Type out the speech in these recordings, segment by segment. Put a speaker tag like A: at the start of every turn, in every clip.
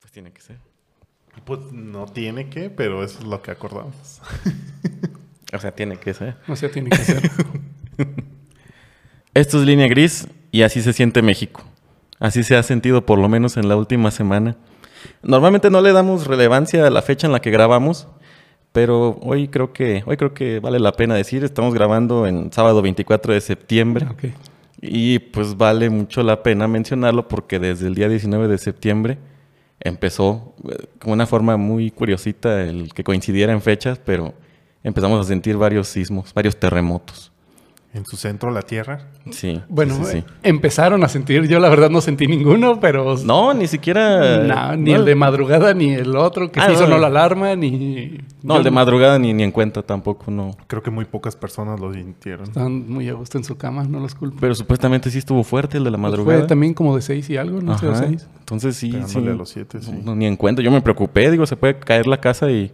A: Pues tiene que ser.
B: Pues no tiene que, pero eso es lo que acordamos.
A: O sea, tiene que ser.
C: O sea, tiene que ser.
A: Esto es línea gris y así se siente México. Así se ha sentido por lo menos en la última semana. Normalmente no le damos relevancia a la fecha en la que grabamos, pero hoy creo que hoy creo que vale la pena decir, estamos grabando en sábado 24 de septiembre
C: Ok.
A: y pues vale mucho la pena mencionarlo porque desde el día 19 de septiembre empezó eh, como una forma muy curiosita el que coincidiera en fechas, pero empezamos a sentir varios sismos, varios terremotos.
B: En su centro, la tierra.
A: Sí.
C: Bueno,
A: sí, sí, sí.
C: eh, empezaron a sentir. Yo la verdad no sentí ninguno, pero...
A: No, ni siquiera.
C: No, ni el de madrugada, ni el otro que
A: Ah,
C: sí
A: no,
C: sonó
A: no.
C: la alarma, ni...
A: No, el de madrugada ni, ni en cuenta tampoco, no.
B: Creo que muy pocas personas lo sintieron.
C: Están muy a gusto en su cama, no los culpo.
A: Pero supuestamente sí estuvo fuerte el de la
C: Pues
A: madrugada.
C: Fue también como de seis y algo, no sé, o
A: Ajá,
C: seis.
A: Entonces sí, sí.
B: Pegándole a los siete, sí.
A: No, ni en cuenta. Yo me preocupé, digo, se puede caer la casa y.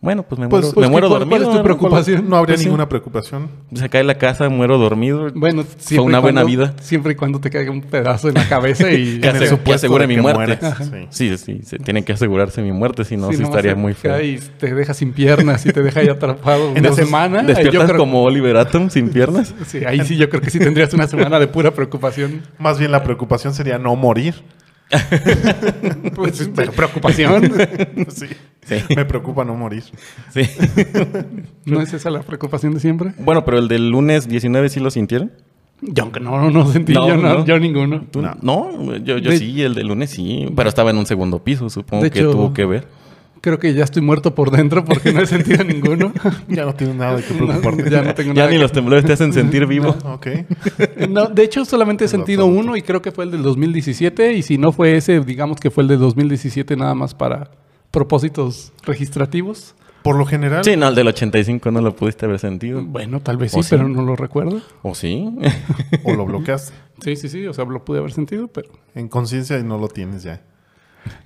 A: Bueno, pues me
B: Pues-
A: muero,
B: pues,
A: me muero
C: ¿cuál- cuál
A: dormido.
C: es tu
A: ¿no?
C: preocupación?
B: No habría
A: Pues sí.
B: ninguna preocupación.
A: Se cae la casa, muero dormido.
C: Bueno, siempre y
A: una buena
C: cuando-
A: vida.
C: Siempre y cuando te caiga un pedazo en la cabeza y...
A: Que
B: En el
A: hace- que
B: supuesto
A: asegure
B: de
A: mi
B: que
A: muerte.
B: mueres,
C: Ajá.
B: sí.
A: Sí, sí, se tiene que asegurarse mi muerte, si no, sí,
C: nomás
A: estaría
C: se
A: muy feo.
C: cae Y te deja sin piernas y te deja ahí atrapado una
B: Entonces,
C: semana. y yo
A: Despiertas
C: creo-
A: como Oliver Atom sin piernas.
C: Sí, ahí sí yo creo que sí tendrías una semana de pura preocupación.
B: Más bien la preocupación sería no morir.
A: Este,
C: Pues, preocupación.
B: Sí.
A: Sí.
B: Me preocupa no morir.
A: Sí.
C: ¿No es esa la preocupación de siempre?
A: bueno, pero el del lunes 19 sí lo sintieron.
C: Yo aunque no, no sentí,
A: No,
C: yo, no-
A: no.
C: yo ninguno.
A: ¿Tú
B: No.
A: no, yo, yo
C: De-
A: sí, el de lunes sí, pero estaba en un segundo piso, supongo
C: De
A: que
C: hecho-
A: tuvo que ver.
C: Creo que ya estoy muerto por dentro porque no he sentido ninguno.
B: Ya no tienes nada de qué
C: No,
B: preocuparte.
C: ya no tengo
A: Ya
C: nada.
A: ni los temblores te hacen sentir vivo.
B: Ok.
C: que- No, de hecho, solamente he
B: Lo
C: sentido
B: tonto.
C: uno y creo que fue el del 2017. Y si no fue ese, digamos que fue el del 2017 nada más para propósitos registrativos.
B: Por lo general,
A: Sí, no, el del 85 no lo pudiste haber sentido.
C: Bueno, tal vez
A: O
C: Pues sí,
A: sí.
C: pero no lo recuerdo.
A: ¿O sí?
B: o lo bloqueaste
C: Sí, sí, sí. O sea, lo pude haber sentido, pero...
B: en conciencia y no lo tienes ya.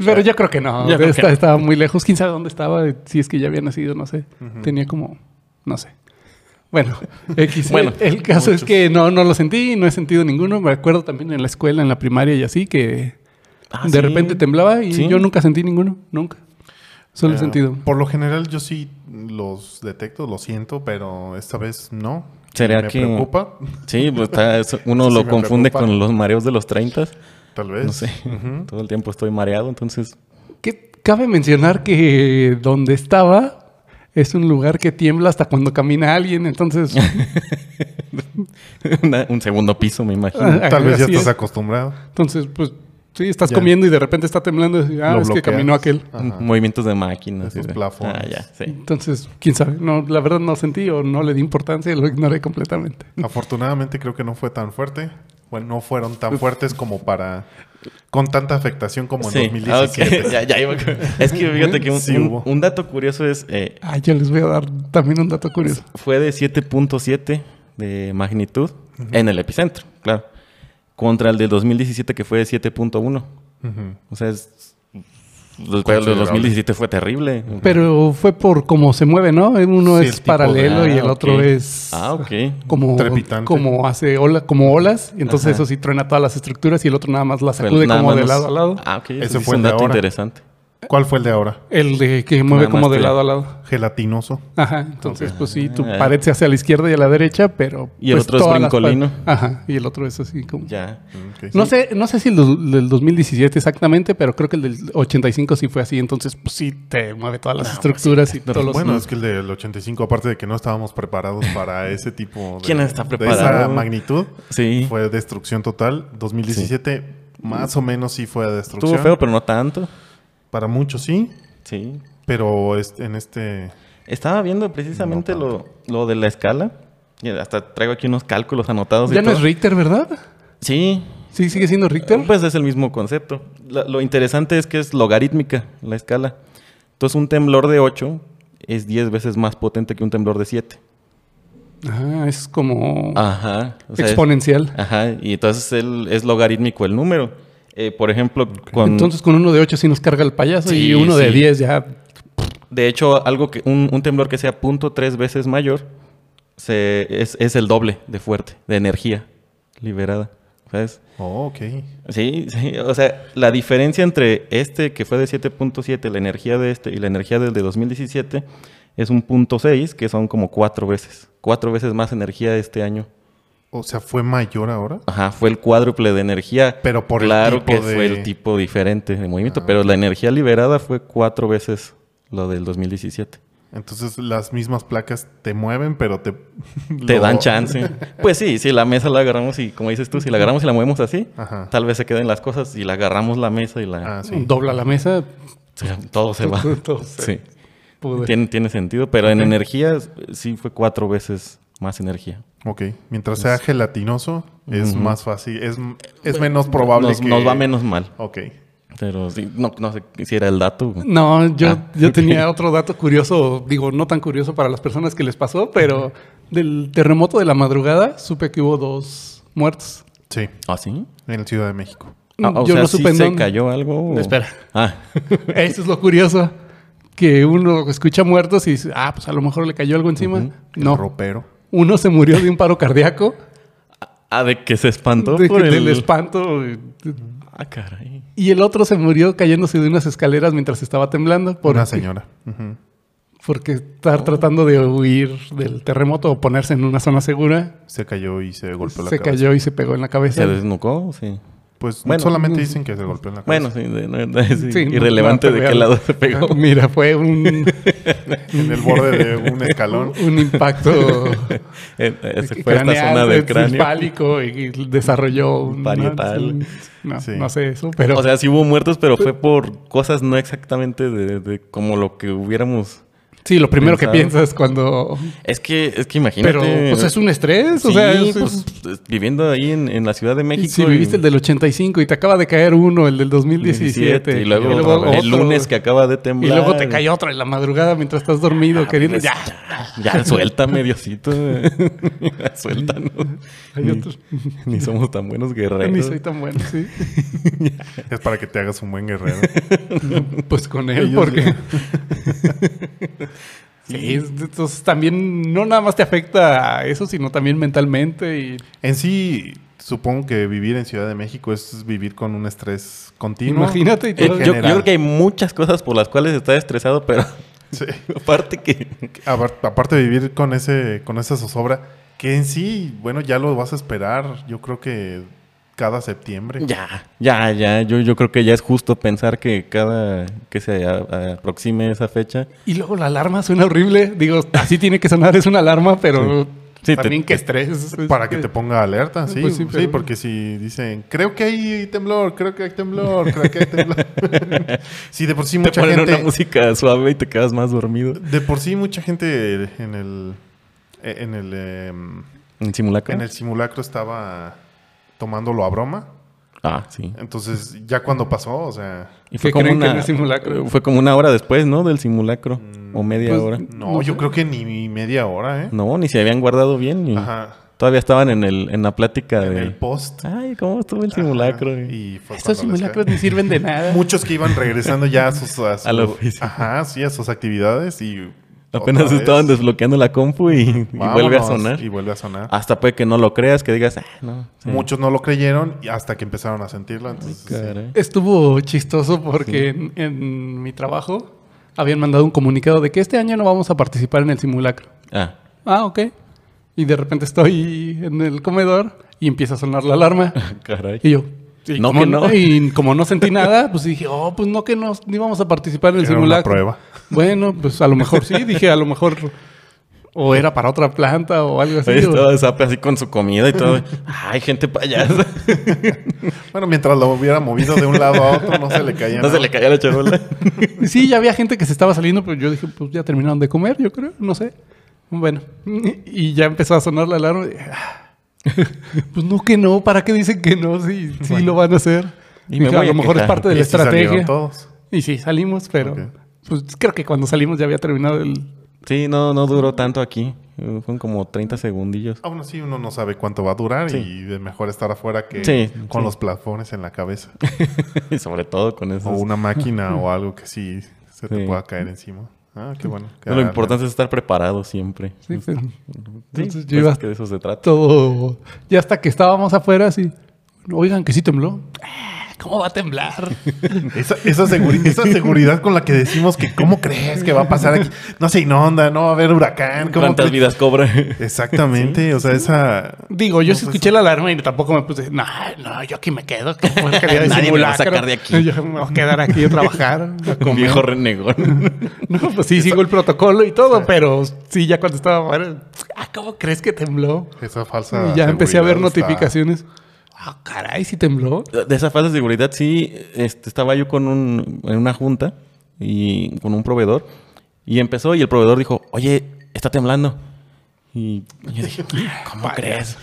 C: Pero yo creo que no.
A: Yo creo
C: Esta-
A: que no.
C: Estaba muy lejos. Quién sabe dónde estaba. Si es que ya había nacido, no sé. Tenía como, no sé. Bueno, X.
A: Bueno,
C: el, el caso es
B: muchos.
C: que no, no lo sentí, no he sentido ninguno. Me acuerdo también en la escuela, en la primaria y así, que
A: Ah,
C: de
A: sí.
C: repente temblaba y
A: Sí.
C: yo nunca sentí ninguno, nunca. Solo he
B: Eh,
C: sentido.
B: Por lo general, yo sí los detecto, lo siento, pero esta vez no.
A: ¿Será
B: me
A: que-
B: preocupa?
A: Sí, pues está- eso- uno
B: Sí,
A: lo
B: me
A: confunde
B: preocupa.
A: con los mareos de los 30.
B: Tal vez.
A: No sé.
B: Ujú.
A: Todo el tiempo estoy mareado, entonces.
C: Que cabe mencionar que donde estaba es un lugar que tiembla hasta cuando camina alguien. Entonces,
A: una- un segundo piso, me imagino.
C: Ah,
B: Tal vez ya
C: así
B: estás
C: es.
B: acostumbrado.
C: entonces pues sí, estás
B: Ya.
C: comiendo y de repente está temblando. y, Ah,
B: Lo
C: es que
B: bloqueas.
C: caminó aquel.
B: Ajá.
A: Movimientos de máquinas.
B: Esos
A: y de-
B: plafones.
A: Ah, ya, sí.
C: Entonces, quién sabe, no, la verdad no sentí o no le di importancia, lo ignoré completamente.
B: Afortunadamente creo que no fue tan fuerte. Bueno, no fueron
C: Pues
B: tan fuertes como para... Con tanta afectación como en
A: Sí, ah, ok.
B: 2017.
A: ya, ya iba con- Es que fíjate que un,
B: Sí
A: un-
B: hubo.
A: un dato curioso es: eh,
C: Ah, yo les voy a dar también un dato curioso.
A: fue de 7.7 de magnitud en el epicentro, claro. Contra el del 2017 que fue de 7.1.
B: Ujú.
A: O sea, es- pero el del 2017 fue terrible.
C: Pero fue por cómo se mueve, ¿no? Uno
B: Sí, el
C: es
B: tipo
C: paralelo
A: Ah,
C: y el
A: ok.
C: otro es
A: Ah, ok.
C: como,
B: Trepitante.
C: como hace ola, como olas, y entonces
A: Ajá.
C: eso sí truena todas las estructuras y el otro nada más las
A: Pero
C: sacude
A: Pues nada
C: como
A: más
C: de
A: nos-
C: lado a lado.
A: Ah, ok.
B: Ese
A: Ese
B: fue
A: fue un
B: el de
A: dato
B: ahora.
A: interesante.
B: ¿Cuál fue el de ahora?
C: El de que mueve
A: nada
C: como
A: más
C: de
A: te-
C: lado a lado.
B: Gelatinoso.
C: Ajá, entonces pues sí, tu
A: Ah.
C: pared se hace a la izquierda y a la derecha, pero...
A: Y el
C: pues,
A: otro es
C: todas las pa-
A: brincolino.
C: Ajá, y el otro es así como...
A: Ya.
B: Ok.
C: No
B: Sí.
C: sé, no sé si el do- del 2017 exactamente, pero creo que el del 85 sí fue así. Entonces, pues sí, te mueve todas las estructuras y todos los...
B: Bueno, es que el del 85, aparte de que no estábamos preparados para ese tipo de,
A: ¿Quién está
B: de esa
A: preparado?
B: magnitud,
A: Sí.
B: fue destrucción total. 2017 más o menos sí fue destrucción.
A: Estuvo feo, pero no tanto.
B: Para muchos sí,
A: Sí.
B: pero es- en este...
A: Estaba viendo precisamente lo, lo de la escala. Y hasta traigo aquí unos cálculos anotados. y
C: ya no
A: todo.
C: es Richter, ¿verdad?
A: Sí.
C: Sí, sigue siendo Richter.
A: Pues es el mismo concepto. La- lo interesante es que es logarítmica la escala. Entonces, un temblor de 8 es 10 veces más potente que un temblor de 7.
C: Ah, es como
A: Ajá. O sea, es-
C: exponencial.
A: Ajá. Y entonces el- es logarítmico el número. Eh, por ejemplo, con...
C: Entonces, con uno de 8 sí nos carga el payaso y
A: Sí,
C: uno de
A: sí.
C: 10 ya...
A: De hecho, algo que un, un temblor que sea punto tres veces mayor se- es, es el doble de fuerte, de energía liberada. ¿sabes?
B: Oh, ok.
A: Sí, sí, o sea, la diferencia entre este que fue de 7.7, la energía de este y la energía del de 2017 es un punto 6, que son como cuatro veces, cuatro veces más energía este año.
B: O sea, fue mayor ahora.
A: Ajá, fue el cuádruple de energía.
B: Pero por el
A: claro
B: tipo
A: que
B: de-
A: fue el tipo diferente de movimiento,
B: Ah.
A: pero la energía liberada fue cuatro veces lo del 2017.
B: Entonces las mismas placas te mueven, pero te...
A: Te
B: lo-
A: dan chance. Pues sí, si la mesa la agarramos y como dices tú, si la agarramos y la movemos así,
B: Ajá.
A: tal vez se queden las cosas y la agarramos la mesa y la
B: Ah, sí.
C: Dobla la mesa.
B: Ah,
A: se- todo se va.
C: todo se
A: sí.
C: pudre.
A: Tiene, tiene sentido, pero en energía sí fue cuatro veces más energía.
B: Ok. Mientras sea gelatinoso, es
A: Ujú.
B: más fácil. Es,
C: Pues,
B: es menos probable
A: nos,
B: que...
A: nos va menos mal.
B: Ok.
A: Pero sí, no, no sé si era el dato.
C: No, yo,
A: Ah,
C: yo
A: ok.
C: tenía otro dato curioso, digo, no tan curioso para las personas que les pasó, pero del terremoto de la madrugada supe que hubo dos muertos.
B: Sí.
A: ¿Ah, sí?
B: En el Ciudad de México.
A: Ah, o
C: Mm, yo
A: sea,
C: no
A: ¿sí
C: supe en
A: se
C: dónde.
A: cayó algo. o-
C: Espera.
A: Ah,
C: Eso es lo curioso, que uno escucha muertos y dice, ah, pues a lo mejor le cayó algo encima.
B: El
C: No,
B: ropero.
C: uno se murió de un paro cardíaco,
A: ah, de que se espantó
C: de-
A: por el...
C: del espanto. eh,
A: Ah, caray.
C: Y el otro se murió cayéndose de unas escaleras mientras estaba temblando. Por,
B: Una señora. Ujú.
C: Porque estar tratando de huir del terremoto o ponerse en una zona segura,
B: Se cayó y se golpeó la
C: se
B: cabeza.
C: cayó y se pegó en la cabeza.
A: ¿Se desnucó? Sí.
B: Pues
A: Bueno. mm.
B: solamente dicen que se golpeó en la cabeza.
A: Bueno, sí, de- no, no, es
C: Sí,
A: irrelevante
C: no,
A: de
C: pero
A: qué
C: vean.
A: lado se pegó.
C: Ah, Mira, fue un,
B: En el borde de un escalón.
C: un impacto
A: Eh, eh, se fue a esta zona del cráneo.
C: pálico y desarrolló un
A: Parietal.
C: un- No,
B: Sí.
C: no sé eso, pero
A: O sea, sí hubo muertos, pero fue por cosas no exactamente de, de como lo que hubiéramos.
C: sí, lo primero que
A: pensado.
C: piensas cuando.
A: Es que, es que imagínate.
C: Pero pues es un estrés, o
A: Sí,
C: sea, es-
A: pues, es- viviendo ahí en, en la Ciudad de
C: y
A: México.
C: si viviste el del 85 y te acaba de caer uno, el del 2017
A: y luego, el
C: otro,
A: lunes que acaba de
C: y
A: temblar.
C: luego te cae otro en la madrugada mientras estás dormido queriendo
A: pues,
C: ya.
A: Ya, eh. suéltame, Diosito. Suéltanos.
C: Hay
A: Ni-
C: otro.
A: Ni somos tan buenos guerreros.
C: Ni soy tan bueno, sí.
B: Es para que te hagas un buen guerrero.
C: Pues con él,
B: Ellos
C: porque.
B: ya.
C: sí, es- entonces también no nada más te afecta a eso, sino también mentalmente. Y
B: En sí, supongo que vivir en Ciudad de México es vivir con un estrés continuo.
C: imagínate. Y
A: Eh,
C: todo.
A: yo, yo creo que hay muchas cosas por las cuales está estresado, pero
B: Sí.
A: aparte que.
B: Apar- Aparte de vivir con ese, con esa zozobra, que en sí, bueno, ya lo vas a esperar, yo creo que cada septiembre.
A: Ya, ya, ya. Yo, yo creo que ya es justo pensar que cada que se a- aproxime esa fecha.
C: Y luego la alarma suena horrible. Digo, así tiene que sonar, es una alarma, pero
A: Sí, te-
C: también
A: te-
C: que estrés.
B: Para que te ponga alerta, sí,
C: Pues sí,
B: sí,
C: pero-
B: porque si dicen, creo que hay temblor, creo que hay temblor, creo que hay temblor. sí, de por sí
A: Te
B: mucha
A: ponen
B: gente...
A: una música suave y te quedas más dormido.
B: De por sí mucha gente en el... En el em,
A: ¿En simulacro?
B: En el simulacro estaba tomándolo a broma.
A: Ah, sí.
B: Entonces, ya cuando pasó, o sea,
A: Y
C: ¿Qué creen que en el simulacro?
A: Fue como una hora después, ¿no? Del simulacro. o media
C: pues,
A: hora.
B: no,
C: No
B: yo
C: sé.
B: creo que ni media hora, ¿eh?
A: No, ni se habían guardado bien. ni-
B: Ajá.
A: Todavía estaban en, el, en la plática
B: En
A: de...
B: el post.
A: Ay, ¿cómo estuvo el simulacro?
B: Ajá.
A: Y-
B: Y fue
C: Estos
B: cuando les
C: simulacros
B: cae.
C: ni sirven de nada.
B: Muchos que iban regresando ya a sus... A, su-
A: A la oficina.
B: Ajá, sí, a sus actividades y...
A: Apenas
B: otra vez,
A: estaban desbloqueando la compu y, y vuelve a
B: vámonos,
A: sonar.
B: Y vuelve a sonar.
A: Hasta puede que no lo creas, que digas... Ah, no. sí".
B: Muchos no lo creyeron y hasta que empezaron a sentirlo.
A: Ay,
B: Entonces, sí.
A: caray.
C: Estuvo chistoso porque en, en mi trabajo habían mandado un comunicado de que este año no vamos a participar en el simulacro.
A: Ah,
C: Ah, ok. Y de repente estoy en el comedor y empieza a sonar la alarma.
A: caray.
C: Y yo, y
A: No
C: como
A: que no.
C: Y como no sentí nada, pues dije, oh, pues no que no, ni vamos a participar en el
B: Era una
C: simulacro.
B: prueba.
C: Bueno, pues a lo mejor sí, dije, a lo mejor. O era para otra planta o algo así.
A: Ahí
C: o-
A: estaba Zape así con su comida y todo. Ay, gente payasa.
B: Bueno, mientras lo hubiera movido de un lado a otro, no se le caía
A: no se
B: nada.
A: le caía la charola.
C: Sí, ya había gente que se estaba saliendo, pero yo dije, pues ya terminaron de comer, yo creo, no sé. Bueno, y ya empezó a sonar la alarma. y dije, "Ah". pues no que no, ¿para qué dicen que no? Sí, sí lo van a hacer.
A: Y me
C: Dije, a
A: voy
C: lo
A: a
C: mejor es
A: quejar.
C: parte de la
B: Y sí salieron
C: estrategia.
B: todos.
C: Y sí, salimos, pero
B: Ok.
C: pues creo que cuando salimos ya había terminado el...
A: Sí, no, no duró tanto aquí. Eh, Fueron como 30 segundillos.
B: Aún así, uno no sabe cuánto va a durar y es mejor estar afuera que
A: Sí,
B: con
A: sí.
B: los plafones en la cabeza.
A: Y sobre todo con eso.
B: o una máquina o algo que sí se te
A: Sí.
B: pueda caer encima. Ah, qué bueno.
A: Lo importante es estar preparado siempre.
C: Sí, pero
A: Sí,
C: Entonces,
A: pues
C: yo iba-
A: es que de eso se trata.
C: todo... Ya hasta que estábamos afuera, sí. Oigan, que sí tembló. Ah, ¿Cómo va a temblar?
B: Esa, esa, seguri- esa seguridad con la que decimos que cómo crees que va a pasar aquí. No se inunda, no va a haber huracán. ¿cómo
A: ¿Cuántas
B: cre-
A: vidas cobra?
B: Exactamente, o sea, esa...
C: Digo, yo sí
B: pues,
C: escuché la alarma y tampoco me puse, no, no, yo aquí me quedo. qué porquería de
A: Nadie me va a
C: simulacro.
A: sacar de aquí.
C: Yo me voy a quedar aquí a trabajar. a
A: Un
C: comer".
A: viejo renegón.
C: No, pues sí, sigo el protocolo y todo, pero sí, ya cuando estaba afuera, ah, ¿cómo crees que tembló?
B: Esa falsa...
C: Y ya empecé a ver
B: seguridad está-
C: notificaciones. Ah, caray, sí tembló.
A: De esa fase de seguridad, sí, este, estaba yo con un, en una junta y con un proveedor y empezó y el proveedor dijo, oye, está temblando. Y yo dije, ¿cómo crees?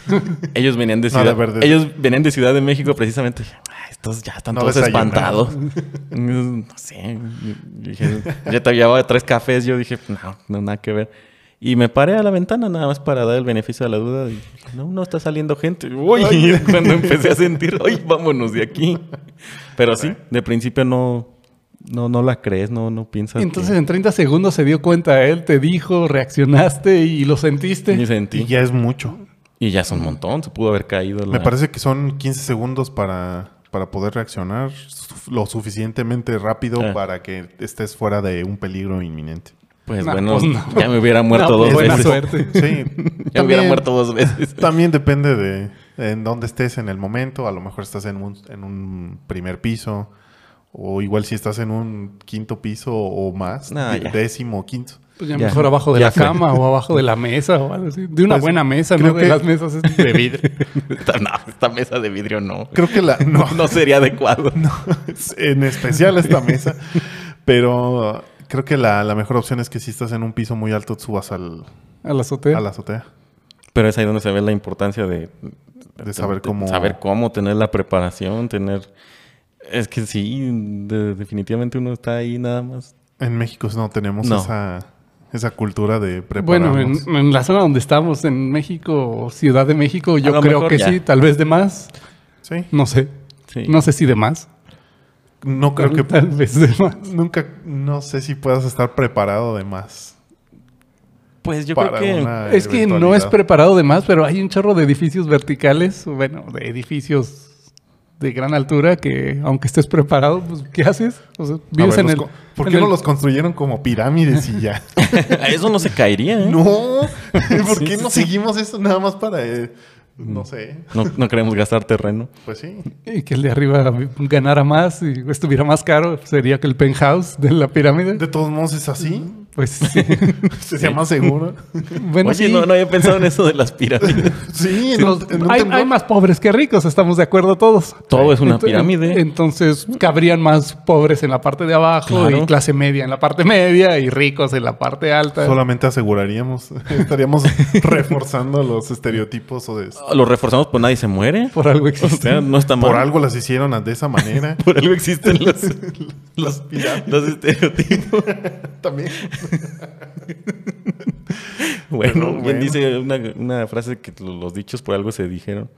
A: Ellos venían de
B: No, de
A: Ciudad,
B: verdad.
A: ellos venían de Ciudad de México precisamente. Dije, "Ah, Estos ya están
B: No
A: todos
B: desayunaron".
A: espantados. Mm, no sé. Yo Dije, ya te llevaba tres cafés. Yo dije, no, no, nada que ver. Y me paré a la ventana nada más para dar el beneficio de la duda. Y dije, no, no está saliendo gente. Uy, y es cuando empecé a sentir, ¡ay, vámonos de aquí! Pero sí, de principio no, no, no la crees, no, no piensas.
C: Entonces en 30 segundos se dio cuenta él, te dijo, reaccionaste y lo
A: que, ni
C: sentiste.
A: sentí.
B: Y ya es mucho.
A: Y ya es un montón, se pudo haber caído. La...
B: Me parece que son 15 segundos para, para poder reaccionar su- lo suficientemente rápido
A: Ah.
B: para que estés fuera de un peligro inminente.
A: Pues
C: Nah,
A: bueno,
C: pues no.
A: ya me hubiera muerto
C: No,
A: dos
C: pues buena
A: veces.
C: suerte.
B: Sí.
A: Ya me hubiera
B: También-
A: muerto dos veces.
B: También depende de en dónde estés en el momento. A lo mejor estás en un, en un primer piso. O igual si estás en un quinto piso o más.
A: No,
B: de-
A: Ah, ya.
B: décimo o quinto.
C: Pues ya,
A: Ya.
C: mejor abajo de
A: Ya
C: la
A: fue.
C: cama o abajo de la mesa o algo así. De una
B: Pues,
C: buena mesa,
B: creo
C: no de
B: que-
C: las mesas es de vidrio.
A: Esta- no, esta mesa de vidrio no.
B: Creo que la... No,
A: No sería adecuado.
B: en especial esta mesa. Pero creo que la, la mejor opción es que si estás en un piso muy alto subas al,
C: A la azotea.
B: a la azotea.
A: Pero es ahí donde se ve la importancia de,
B: De saber
A: de-
B: cómo...
A: saber cómo, tener la preparación, tener... Es que sí, de- definitivamente uno está ahí nada más.
B: En México no tenemos
A: No.
B: Esa, esa cultura de prepararnos.
C: Bueno, en, en la zona donde estamos, en México, Ciudad de México, yo
A: lo
C: creo
A: mejor
C: que
A: ya.
C: sí, tal vez de más.
B: Sí.
C: No sé.
A: Sí.
C: No sé si de más.
B: No creo que...
C: tal vez de más.
B: Nunca... No sé si puedas estar preparado de más.
A: Pues yo
B: para
A: creo que...
B: una
C: Es que no es
B: eventualidad.
C: preparado de más, pero hay un chorro de edificios verticales, bueno, de edificios de gran altura que aunque estés preparado, pues ¿qué haces? O sea,
B: A
C: vives
B: ver,
C: en
B: los
C: el
B: co- ¿Por
C: en
B: qué no
C: el-
B: los construyeron como pirámides y ya?
A: Eso no se caería, ¿eh?
B: no. ¿Por
A: Sí,
B: qué
A: sí,
B: no
A: sí.
B: seguimos eso nada más para... eh,
C: Mm.
B: no sé.
A: No, no queremos gastar terreno.
B: Pues sí.
C: y que el de arriba ganara más y estuviera más caro, sería que el penthouse de la pirámide.
B: De todos modos es así.
C: Pues sí.
B: Se llama seguro.
C: bueno,
A: Oye,
C: sí.
A: no, no había pensado en eso de las pirámides.
B: Sí, en
C: Los-
B: un- en un
C: hay,
B: temblor.
C: hay más pobres que ricos, estamos de acuerdo todos.
A: Todo es una
C: Ento-
A: pirámide.
C: Entonces cabrían más pobres en la parte de abajo
A: Claro.
C: y clase media en la parte media y ricos en la parte alta.
B: Solamente aseguraríamos, estaríamos reforzando los estereotipos o de-
A: Lo reforzamos, pues nadie se muere.
C: Por algo
A: O
C: existe.
A: sea, no está mal.
B: por algo las hicieron de esa manera.
A: Por algo existen los, los,
B: pirámides.
A: los estereotipos.
B: También.
A: Bueno,
B: Pero
A: bien
B: bueno.
A: dice una, una frase que lo- los dichos por algo se dijeron.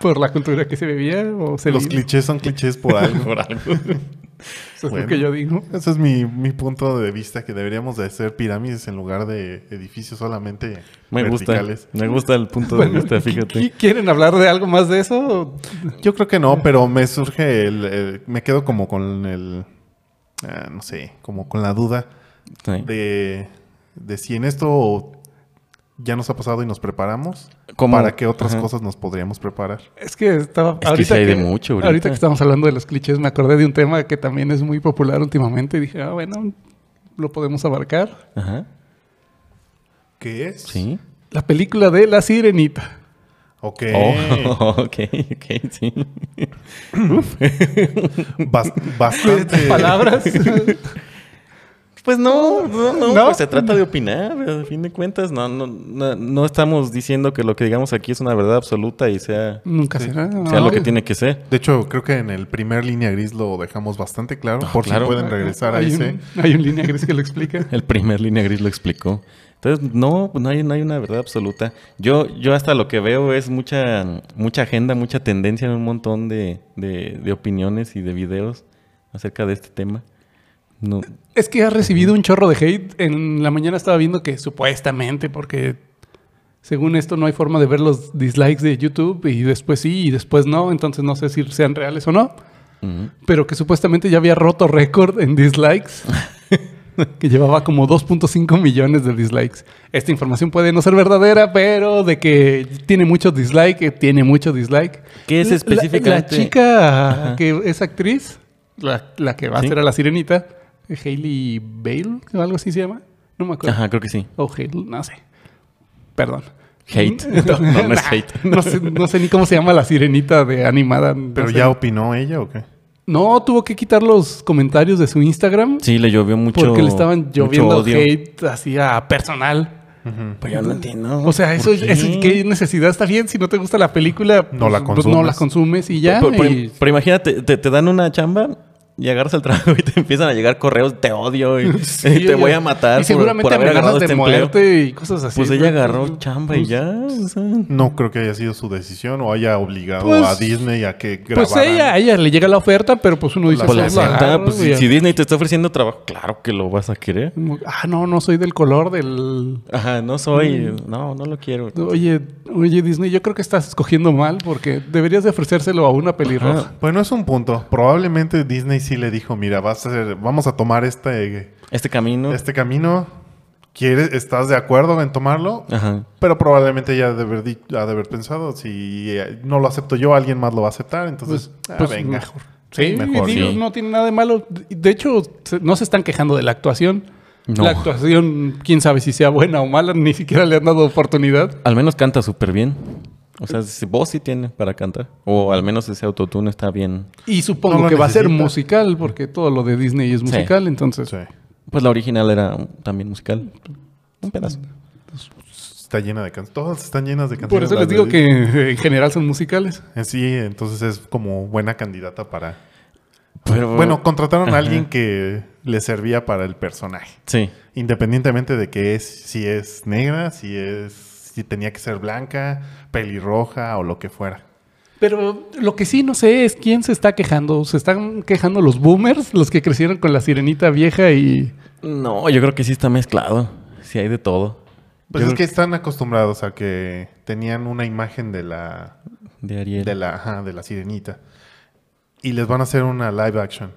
C: Por la cultura que se vivía o se
B: Los
C: vive.
B: clichés son clichés por algo.
A: Por algo.
C: Eso es
B: bueno.
C: lo que yo digo.
B: Ese es mi, mi punto de vista, que deberíamos de hacer pirámides en lugar de edificios solamente
A: Me gusta.
B: verticales.
A: Me gusta el punto de vista,
C: ¿Y
A: fíjate.
C: ¿Quieren hablar de algo más de eso?
B: Yo creo que no, pero me surge el, el- me quedo como con el, ah, no sé, como con la duda
A: Sí.
B: de, de si en esto ya nos ha pasado y nos preparamos,
A: ¿Cómo?
B: para qué otras
A: Ajá.
B: cosas nos podríamos preparar.
C: Es que estaba.
A: que sí hay de mucho ahorita.
C: que estamos hablando de los clichés, me acordé de un tema que también es muy popular últimamente y dije, ah, bueno, lo podemos abarcar.
A: Ajá.
B: ¿Qué es?
A: Sí.
C: La película de La Sirenita.
B: Ok.
A: Oh, ok, ok, sí.
B: Bas-
C: Estas
B: bastante.
C: palabras.
A: Pues no, no, no,
C: ¿No?
A: pues se trata de opinar, a fin de cuentas. No, no, no, no estamos diciendo que lo que digamos aquí es una verdad absoluta y sea,
C: Nunca será.
A: sea lo que tiene que ser.
B: De hecho, creo que en el primer línea gris lo dejamos bastante claro. por
A: claro.
B: si pueden regresar a
C: Ah, hay
B: ese.
C: Un, hay un línea gris que lo explica.
A: El primer línea gris lo explicó. Entonces, no, no hay, no hay una verdad absoluta. Yo, yo hasta lo que veo es mucha, mucha agenda, mucha tendencia en un montón de, de- de opiniones y de videos acerca de este tema. No,
C: Es que ha recibido un chorro de hate. En la mañana estaba viendo que supuestamente, porque Según esto, no hay forma de ver los dislikes de YouTube y después sí y después no. Entonces no sé si sean reales o no.
A: Ujú.
C: Pero que supuestamente ya había roto récord en dislikes. que llevaba como 2.5 millones de dislikes. Esta información puede no ser verdadera, pero de que tiene mucho dislike, eh, tiene mucho dislike.
A: ¿Qué es
C: La- La,
A: específicamente?
C: chica
A: Ajá.
C: que es actriz, la, la que va a
A: Sí.
C: ser a la sirenita, Hailey Bale, o algo así se llama. No me acuerdo.
A: Ajá, creo que sí.
C: O Hailey, no sé. Perdón.
A: Hate. No, no, no es
C: Nah,
A: hate.
C: no sé, no sé ni cómo se llama la sirenita de animada. no
B: ¿Pero
C: sé.
B: ya opinó ella o qué?
C: No, tuvo que quitar los comentarios de su Instagram
A: Sí, le llovió mucho.
C: porque le estaban
A: mucho
C: lloviendo
A: odio.
C: hate así a personal.
B: Ujú.
A: Pero yo no entiendo.
C: O sea, eso
A: ¿Por
C: es,
A: qué?
C: es- qué necesidad está bien. Si no te gusta la película,
B: No la
C: pues, no
B: consumes.
C: la consumes y ya.
A: Pero, pero-
C: y-
A: pero imagínate, te, te dan una chamba y agarras el trabajo y te empiezan a llegar correos, te odio y,
C: Sí,
A: y te
C: ella-
A: voy a matar por,
C: Y seguramente
A: por haber
C: amenazas
A: agarrado
C: de
A: este empleo.
C: muerte y cosas así.
A: Pues ella agarró chamba y ya. o
B: pues,
A: sea.
B: No creo que haya sido su decisión o haya obligado
C: Pues-
B: a Disney a que grabaran.
C: Pues ella, a ella le llega la oferta, pero pues uno dice,
A: Pues la
C: "Pues la
A: neta,
C: agarro",
A: pues,
C: y-
A: si, si Disney te está ofreciendo trabajo, claro que lo vas a querer.
C: como, Ah, no, no soy del color del...
A: Ajá, no soy,
B: Mm.
A: no, no lo quiero.
C: Oye, oye Disney, yo creo que estás escogiendo mal porque deberías de ofrecérselo a una pelirroja.
B: Bueno, Pues, es un punto. Probablemente Disney sí le dijo, mira, vas a hacer, vamos a tomar este,
A: Este camino.
B: este camino. ¿Quieres, ¿Estás de acuerdo en tomarlo?
C: Ah.
A: Ajá.
B: Pero probablemente ya ha de haber, di- ha de haber pensado, si eh, no lo acepto yo, alguien más lo va a aceptar. Entonces, ah, venga.
C: Pues, mejor. Sí,
B: mejor.
C: digo,
A: Sí.
C: no tiene nada de malo. De hecho, se- no se están quejando de la actuación.
A: No.
C: La actuación, quién sabe si sea buena o mala, ni siquiera le han dado oportunidad.
A: Al menos canta súper bien. O sea, si- voz sí tiene para cantar. O al menos ese autotune está bien.
C: Y supongo
B: No lo
C: que va a ser
B: necesita.
C: musical, porque todo lo de Disney es musical, entonces
B: Sí.
A: Pues la original era um, también musical. Un pedazo.
B: Está llena de canciones. Todas están llenas de
C: Por
B: canciones.
C: eso
B: las
C: les
B: de
C: digo
B: Disney.
C: que en general son musicales.
B: En Sí, entonces es como buena candidata para...
A: Pero,
B: Bueno, contrataron
A: Ajá.
B: a alguien que le servía para el personaje.
A: Sí.
B: Independientemente de que es, si es negra, si es, si tenía que ser blanca, pelirroja o lo que fuera.
C: Pero lo que sí no sé es quién se está quejando. ¿Se están quejando los boomers, los que crecieron con la sirenita vieja y...
A: No, yo creo que sí está mezclado. Sí hay de todo.
B: Pues
A: Yo
B: es
A: creo
B: que están acostumbrados a que tenían una imagen de la,
A: De Ariel.
B: de la, ajá, de la sirenita. Y les van a hacer una live action,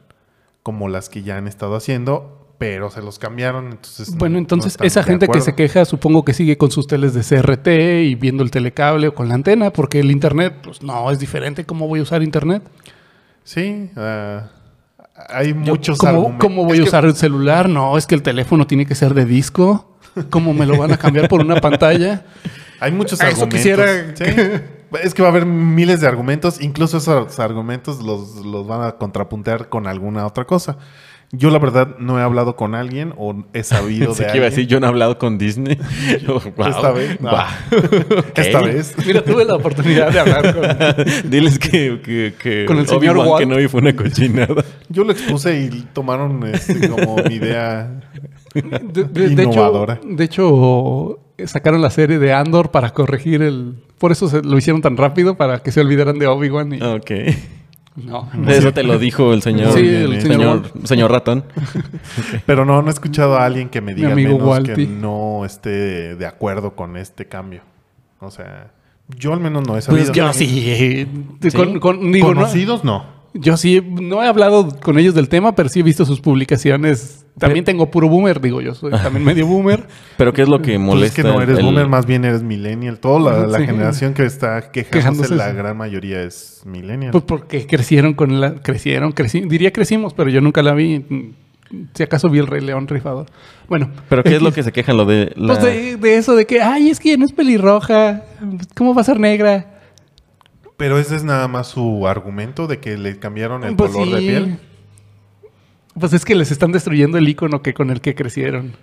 B: como las que ya han estado haciendo, pero se los cambiaron. Entonces Pues, no-
C: Bueno,
B: no
C: entonces
B: están
C: esa
B: de
C: gente que
B: acuerdo.
C: se queja supongo que sigue con sus teles de CRT y viendo el telecable o con la antena, porque el internet, pues no, es diferente. ¿Cómo voy a usar internet?
B: Sí, ah, hay
C: Yo,
B: muchos
C: ¿Cómo,
B: argumentos.
C: cómo voy
B: Es
C: a
B: que-
C: usar el celular? No, es que el teléfono tiene que ser de disco. ¿Cómo me lo van a cambiar por una pantalla?
B: Hay muchos
C: A eso
B: argumentos.
C: quisiera-
B: ¿sí? Es que va a haber miles de argumentos. Incluso esos argumentos los, los van a contrapuntear con alguna otra cosa. Yo, la verdad, no he hablado con alguien o he sabido
A: Pensé
B: de
A: que iba a
B: alguien.
A: decir, yo no he hablado con Disney. Yo, wow,
B: Esta vez. no.
A: wow.
B: Esta
A: Ok.
B: vez.
C: Mira, tuve la oportunidad de hablar con...
A: Diles que, que, que
C: Con el señor
A: Obi-Wan
C: Watt.
A: Kenobi fue una cochinada.
B: Yo lo expuse y tomaron este, como mi idea.
C: De, de- de
B: Innovadora.
C: hecho, de hecho, eh, sacaron la serie de Andor para corregir el... Por eso se, lo hicieron tan rápido, para que se olvidaran de Obi-Wan. y-
A: Ok.
C: No.
A: Ah. De eso te lo dijo el señor. eh,
C: Sí,
B: el
C: señor
A: señor, señor ratón.
B: Pero no, no he escuchado a alguien que me
C: Mi
B: diga al
C: amigo
B: menos que
C: Walpi.
B: no esté de acuerdo con este cambio. O sea, yo al menos no he sabido.
C: Pues yo sí. eh, de-
A: ¿Sí?
C: Con, con- digo, no-
B: Conocidos, no.
C: yo sí, no he hablado con ellos del tema, pero sí he visto sus publicaciones. También tengo puro boomer, digo yo, soy también medio boomer.
A: Pero ¿qué es lo que
B: Pues
A: molesta?
B: es que no eres
A: el-
B: boomer, más bien eres millennial. Toda la, la
C: Sí.
B: generación que está quejándose,
C: Quejándose,
B: la
C: sí.
B: gran mayoría es millennial.
C: Pues porque crecieron con la... Crecieron, creci, diría crecimos, pero yo nunca la vi. mm, Si acaso vi el Rey León rifador. Bueno.
A: ¿Pero qué es lo que se quejan? Lo de la-
C: Pues de, de eso de que, ay, es que ya no es pelirroja. ¿Cómo va a ser negra? pues,
B: Pero ese es nada más su argumento de que le cambiaron el
C: Pues
B: color de
C: sí.
B: piel.
C: Pues es que les están destruyendo el icono que con el que crecieron.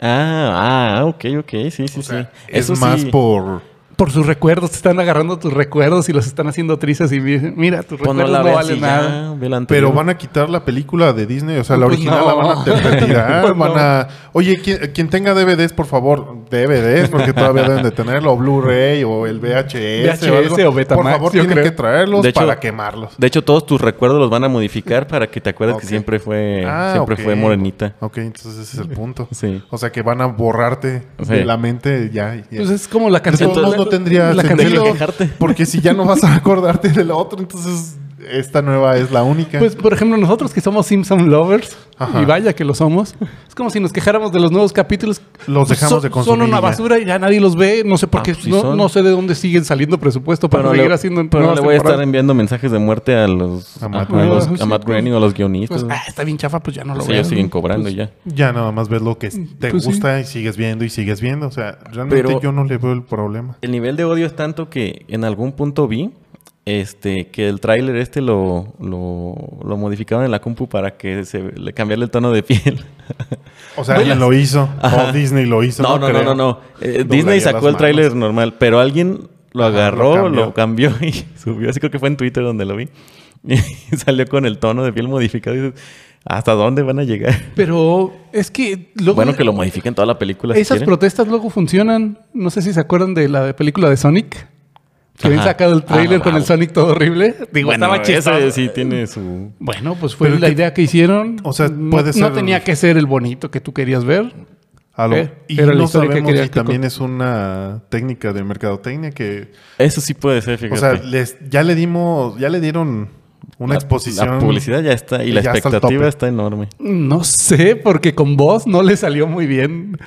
A: Ah, ah, ok, ok, sí, sí,
C: pues
B: O sea,
A: sí.
B: es
A: Eso
B: más
A: sí.
B: por
C: por sus recuerdos, te están agarrando tus recuerdos y los están haciendo tristes y mi- mira, tus
A: Pues no
C: recuerdos
A: la
C: no,
A: veas
C: valen
A: y ya,
C: nada.
A: ve la anterior.
B: Pero van a quitar la película de Disney, o sea, la
C: Pues
B: original
C: no.
B: la van a te- retirar,
C: Pues
B: van
C: no.
B: a... Oye, quien, quien tenga DVDs, por favor, DVDs, porque todavía deben de tenerlo, o Blu-ray, o el VHS, o,
C: VHS
B: algo.
C: o Betamax,
B: Por favor,
C: yo
B: tienen
C: creo.
B: que traerlos
A: De hecho-
B: para quemarlos.
A: De hecho, todos tus recuerdos los van a modificar para que te acuerdes
B: Ok.
A: que siempre fue,
B: Ah,
A: siempre
B: ok.
A: fue morenita.
B: Ok, entonces ese es el punto.
A: Sí.
B: O sea, que van a borrarte
A: Sí.
B: de la mente ya. ya.
C: Pues es como la canción.
B: de todos modos no tendría
C: la
A: de
B: sentido,
A: que
C: canción.
A: quejarte.
B: porque si ya no vas a acordarte del otro, entonces esta nueva es la única.
C: Pues, por ejemplo, nosotros que somos Simpson lovers,
B: Ajá.
C: y vaya que lo somos, es como si nos quejáramos de los nuevos capítulos. Pues,
B: Los dejamos
C: Son-
B: de consumir
C: Son una
B: ya.
C: basura y ya nadie los ve. No sé por
A: Ah,
C: qué,
A: pues sí
C: no,
A: son.
C: no sé de dónde siguen saliendo presupuesto para
A: Pero,
C: seguir
A: le,
C: haciendo.
A: pero no
C: nuevas
A: le voy a estar
C: temporadas.
A: enviando mensajes de muerte a los
B: A
A: a,
B: Matt
A: a los-
C: Groening.
A: a Matt Groening o a los guionistas.
C: Pues, ah, está bien chafa, pues ya no lo
A: Pues
C: veo.
A: ellos siguen cobrando
C: Pues,
A: y ya.
B: Ya nada más ves lo que te
C: Pues sí.
B: gusta y sigues viendo y sigues viendo. O sea, realmente
A: Pero-
B: yo no le veo el problema.
A: El nivel de odio es tanto que en algún punto vi este que el tráiler este lo, lo, lo modificaron en la compu para que se le cambiarle el tono de piel.
B: O sea, alguien lo hizo. O Disney lo hizo.
A: No, no, no,
B: creo.
A: no, no. Eh,
B: Doblaría
A: Disney
B: las
A: sacó el
B: manos.
A: tráiler normal, pero alguien lo
B: Ajá,
A: agarró,
B: lo
A: lo cambió. y subió. Así creo que fue en Twitter donde lo vi. Y salió con el tono de piel modificado. Y dices, ¿hasta dónde van a llegar?
C: Pero es que. luego-
A: Bueno, que lo modifiquen toda la película. si
C: Esas
A: quieren.
C: protestas luego funcionan. No sé si se acuerdan de la película de Sonic. Que habían
A: Ajá.
C: sacado el tráiler
A: Ah,
C: con el
A: wow.
C: Sonic todo horrible. Digo,
A: Bueno,
C: estaba
A: ese
C: chistoso.
A: sí tiene su.
C: Bueno, pues fue
B: Pero
C: la
B: que-
C: idea que hicieron.
B: o sea,
C: No-
B: puede ser-
C: No tenía que ser el bonito que tú querías ver.
B: A lo-
C: Eh,
B: y
C: era la
B: no
C: historia que
B: sabemos
C: quería
B: si
C: que
B: también es una técnica de mercadotecnia que...
A: Eso sí puede ser, fíjate.
B: O sea, les, ya le dimos... Ya le dieron
A: La-
B: una exposición.
A: La publicidad ya está y la
B: Ya está al
A: expectativa
B: tope.
A: está enorme.
C: No sé, porque con vos no le salió muy bien.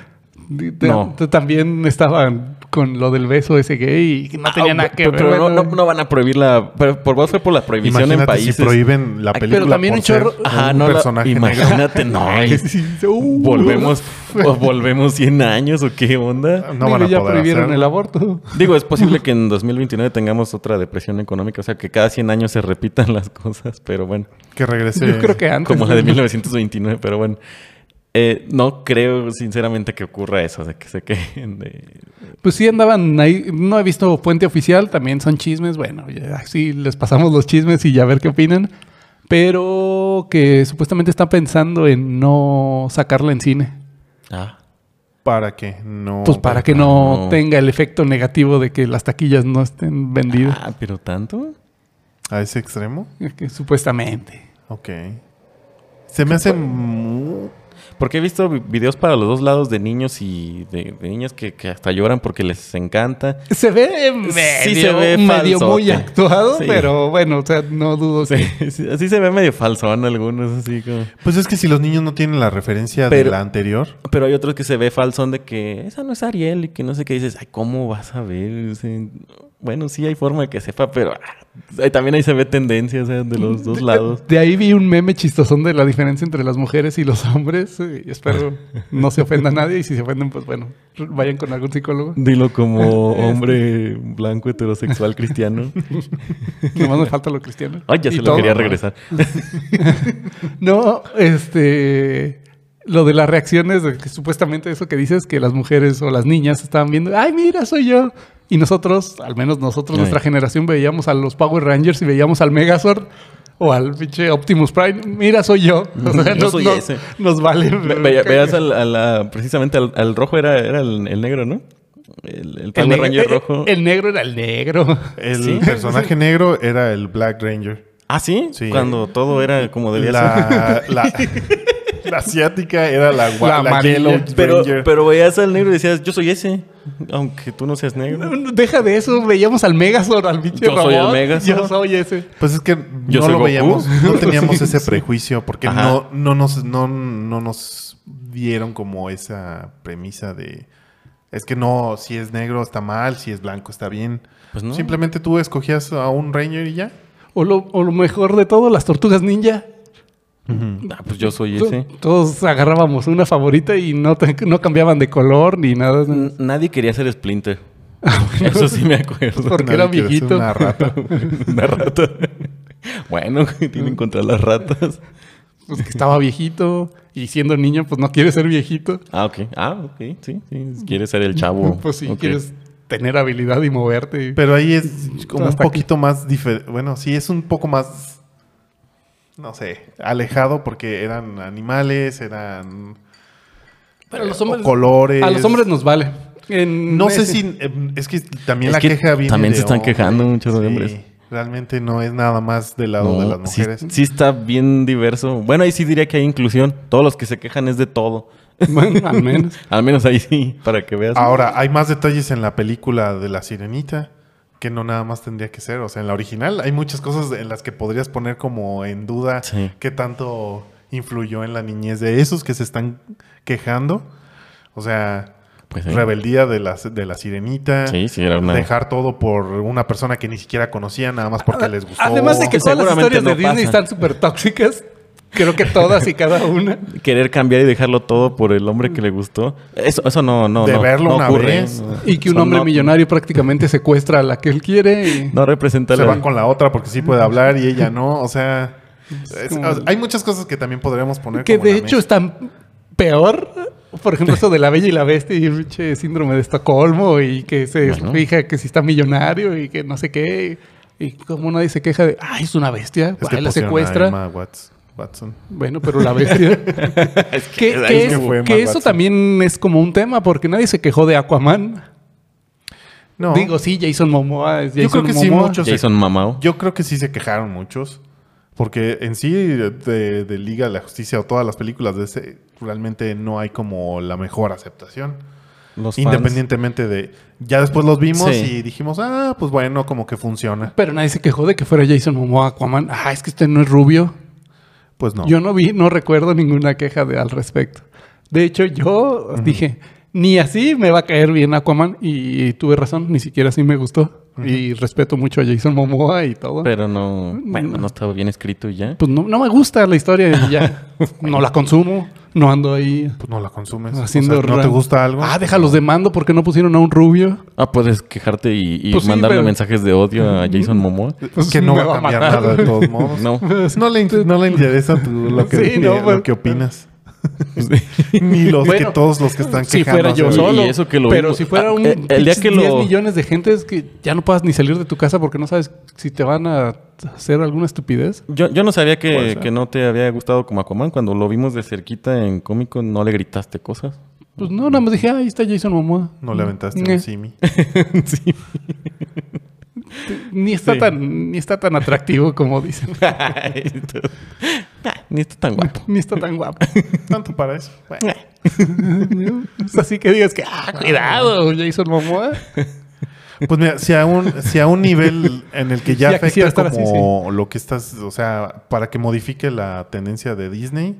C: Di- te-
A: No.
C: te- También estaban con lo del beso ese gay y no tenía
A: Ah,
C: nada que
A: pero-
C: ver.
A: Pero no,
C: bueno.
A: no- no van a prohibir la. Pero por vos fue por la prohibición
B: Imagínate
A: en países.
B: si prohíben la
A: Ay, pero
B: película
C: también
B: por
C: un chorro-
B: ser
A: Ajá,
B: un
A: no. la-
B: personaje negro.
A: imagínate, no. y-
C: Uh.
A: volvemos, o volvemos 100 años o qué onda.
B: No van
C: Digo,
B: a
C: Uh, ya
B: poder
C: prohibieron
B: hacer.
C: el aborto.
A: Digo, es posible que en 2029 tengamos otra depresión económica, o sea, que cada 100 años se repitan las cosas, pero bueno,
B: Que regrese...
C: Yo creo que antes.
A: como la de 1929, pero bueno. Eh, no creo sinceramente que ocurra eso, de que se quejen de...
C: Pues sí andaban ahí, no he visto fuente oficial, también son chismes, bueno, ya sí les pasamos los chismes y ya ver qué opinan, pero que supuestamente están pensando en no sacarla en cine,
A: Ah,
B: Para que no...
C: pues para que no
A: no.
C: tenga el efecto negativo de que las taquillas no estén vendidas,
A: ah, pero tanto.
B: A ese extremo.
C: que supuestamente.
B: Ok. Se me
C: Pues
B: hace... mu-
A: Porque he visto vi- videos para los dos lados de niños y de, de niñas que, que hasta lloran porque les encanta.
C: Se ve medio,
A: se ve
C: medio
A: falsote.
C: muy actuado,
A: Sí.
C: pero bueno, o sea, no dudo
A: Sí,
C: que...
A: sí, así se ve medio falsón algunos, así como...
B: Pues es que si los niños no tienen la referencia de
A: Pero-
B: la anterior...
A: Pero hay otros que se ve falsón de que esa no es Ariel y que no sé qué dices, ay, ¿cómo vas a ver? O sea, bueno, sí hay forma de que sepa, pero ah, ahí también ahí se ve tendencia, o sea, de los dos
C: De-
A: lados.
C: De, ahí vi un meme chistosón de la diferencia entre las mujeres y los hombres. eh, Y espero no se ofenda a nadie. Y si se ofenden, pues bueno, vayan con algún psicólogo.
A: Dilo como hombre blanco heterosexual cristiano.
C: Nomás me falta lo cristiano.
A: Ay, ya
C: Y
A: se lo
C: todo.
A: quería regresar.
C: No, este. Lo de las reacciones, de que supuestamente eso que dices, que las mujeres o las niñas estaban viendo, ay, mira, soy yo. Y nosotros, al menos nosotros,
A: Ay.
C: nuestra generación, veíamos a los Power Rangers y veíamos al Megazord o al pinche Optimus Prime. Mira, soy yo. O sea,
A: Mm, Yo
C: nos,
A: soy
C: nos-
A: ese.
C: nos vale.
A: Ve- ve- veas al, a la- precisamente al, al rojo era, era el, el negro, ¿no? El, el Power
C: negro-
A: Ranger
C: eh,
A: rojo.
C: El negro era el negro.
B: El
A: ¿Sí?
B: personaje negro era el Black Ranger.
A: Ah, ¿sí?
B: Sí.
A: Cuando todo era como debía ser.
B: La, la, la asiática era la, gua-
C: La
B: la
C: amarilla.
B: Yellow
A: Pero,
B: Ranger.
A: pero veías al negro y decías, yo soy ese, aunque tú no seas negro.
C: Deja de eso, veíamos al Megazord, al pinche
A: Yo soy el
C: robot.
A: Megazord.
C: Yo soy ese.
B: pues es que
A: Yo
B: no
A: soy
B: lo
A: Goku.
B: veíamos, no teníamos ese prejuicio porque
A: Ajá.
B: no, no, nos, no, no nos dieron como esa premisa de es que no, si es negro está mal, si es blanco está bien.
A: Pues no.
B: Simplemente tú escogías a un Ranger y ya.
C: O lo, o lo mejor de todo, las tortugas ninja.
A: Ah, pues yo soy ese.
C: To- Todos agarrábamos una favorita y no, te- no cambiaban de color ni nada.
A: N- Nadie quería ser Splinter. Eso sí me acuerdo.
C: Porque era
B: Nadie quiere ser
C: viejito.
B: Una rata.
A: Una rata. Bueno, tienen contra las ratas.
C: Pues que estaba viejito y siendo niño, pues no quiere ser viejito.
A: Ah, ok. Ah, ok. Sí, sí. Quieres ser el chavo.
C: Pues sí,
A: Ok.
C: quieres tener habilidad y moverte. y-
B: Pero ahí es como un
C: Hasta aquí.
B: poquito más diferente. Bueno, sí, es un poco más. No sé, alejado porque eran animales, eran.
C: Pero
B: eh,
C: los hombres-
B: o colores.
C: A los hombres nos vale. En-
B: No sé
C: eh,
B: si. eh, Es que también
A: Es
B: la
A: que
B: queja viene.
A: también
B: de
A: se están
B: hombres.
A: quejando muchos de
B: Sí,
A: hombres.
B: Realmente no es nada más del lado de
A: No,
B: las
A: sí-
B: mujeres.
A: Sí, está bien diverso. Bueno, ahí sí diría que hay inclusión. Todos los que se quejan es de todo.
C: Bueno, al menos.
A: Al menos ahí sí, para que veas.
B: Ahora, hay más detalles en la película de La Sirenita que no nada más tendría que ser. O sea, en la original hay muchas cosas en las que podrías poner como en duda
A: Sí.
B: qué tanto influyó en la niñez de esos que se están quejando. O sea,
A: Pues sí.
B: rebeldía de la, de la Sirenita.
A: Sí, sí, era una-
B: Dejar todo por una persona que ni siquiera conocía, nada más porque les gustó.
C: Ah, Además de que todas las
A: Seguramente
C: historias de
A: no
C: Disney
A: pasa.
C: están súper tóxicas. Creo que todas y cada una.
A: Querer cambiar y dejarlo todo por el hombre que le gustó. Eso, eso no, no.
B: De
A: no,
B: verlo
A: no
B: una
A: ocurre.
B: vez.
A: No.
C: Y que
A: Eso
C: un hombre
A: no-
C: millonario prácticamente secuestra a la que él quiere. y-
A: No representa
B: se
A: la-
B: va con la otra porque sí puede hablar y ella no. O sea, es-
C: como-
B: hay muchas cosas que también podríamos poner.
C: Que
B: como en
C: de
B: la
C: hecho
B: mesa.
C: están peor. Por ejemplo, eso de la bella y la bestia y el pinche síndrome de Estocolmo y que se
A: Bueno.
C: fija que si está millonario y que no sé qué. Y como nadie se queja de, ah, es una bestia,
B: Es
C: ahí la
B: pusieron a
C: secuestra.
B: Emma Watts- Watson.
C: Bueno, pero la bestia. que
A: ahí
C: que
A: es
B: que
C: es-
B: fue
C: que
B: Emma
C: eso
B: Watson.
C: también es como un tema porque nadie se quejó de Aquaman.
B: No,
C: Digo, sí, Jason Momoa es Jason
B: yo creo que sí,
C: Momoa.
B: muchos. se-
A: Jason Mamao.
B: yo creo que sí se quejaron muchos. Porque en sí, de, de Liga de la Justicia o todas las películas de ese, realmente no hay como la mejor aceptación.
A: Los fans.
B: Independientemente de. Ya después los vimos
A: Sí.
B: y dijimos, ah, pues bueno, como que funciona.
C: Pero nadie se quejó de que fuera Jason Momoa Aquaman. Ah, es que usted no es rubio.
B: Pues no.
C: Yo no vi, no recuerdo ninguna queja de, al respecto. De hecho, yo dije, ni así me va a caer bien Aquaman. Y tuve razón, ni siquiera así me gustó. Y respeto mucho a Jason Momoa y todo.
A: Pero no. Bueno, no estaba bien escrito y ya.
C: pues no, no me gusta la historia y ya. no la consumo, no ando ahí
B: Pues no la consumes.
C: haciendo...
B: O sea, ¿No te
C: ra-
B: gusta algo?
C: Ah, déjalos de mando porque no pusieron a un rubio.
A: Ah, puedes quejarte y, y
C: Pues sí,
A: mandarle
C: pero-
A: mensajes de odio a Jason Momoa.
C: Pues
B: que no
C: me
B: va a
C: va a
B: cambiar
C: matar.
B: nada de todos modos.
A: No.
B: No le, in- no le interesa tu- lo, que,
C: Sí, no,
B: lo
C: pues-
B: que opinas. Ni los
C: Bueno,
B: que todos los que están
C: Si
B: quejando.
C: fuera yo
A: Y- y
C: solo.
A: eso que lo
C: pero
A: vimos.
C: si fuera
A: Ah,
C: un
A: eh, el día
C: pinches
A: que lo-
C: 10 millones de gente es que ya no puedas ni salir de tu casa porque no sabes si te van a hacer alguna estupidez.
A: Yo, yo no sabía
B: Puede
A: que,
B: ser.
A: que no te había gustado como Aquaman. Cuando lo vimos de cerquita en cómico, no le gritaste cosas.
C: Pues no, nada más dije, ah, ahí está Jason Momoa.
B: No le aventaste
C: Eh,
B: un simi.
A: sí.
C: Ni está
A: Sí.
C: tan, ni está tan atractivo como dicen.
A: Ah, Ni está tan guapo.
C: ni está tan guapo.
B: Tanto para eso. Bueno,
C: Es Así que digas que, ah, cuidado, Jason Momoa.
B: Pues mira, si a un, si a un nivel en el que ya,
C: Ya quisiera
B: afecta
C: estar
B: como
C: así,
B: lo que estás, o sea, para que modifique la tendencia de Disney,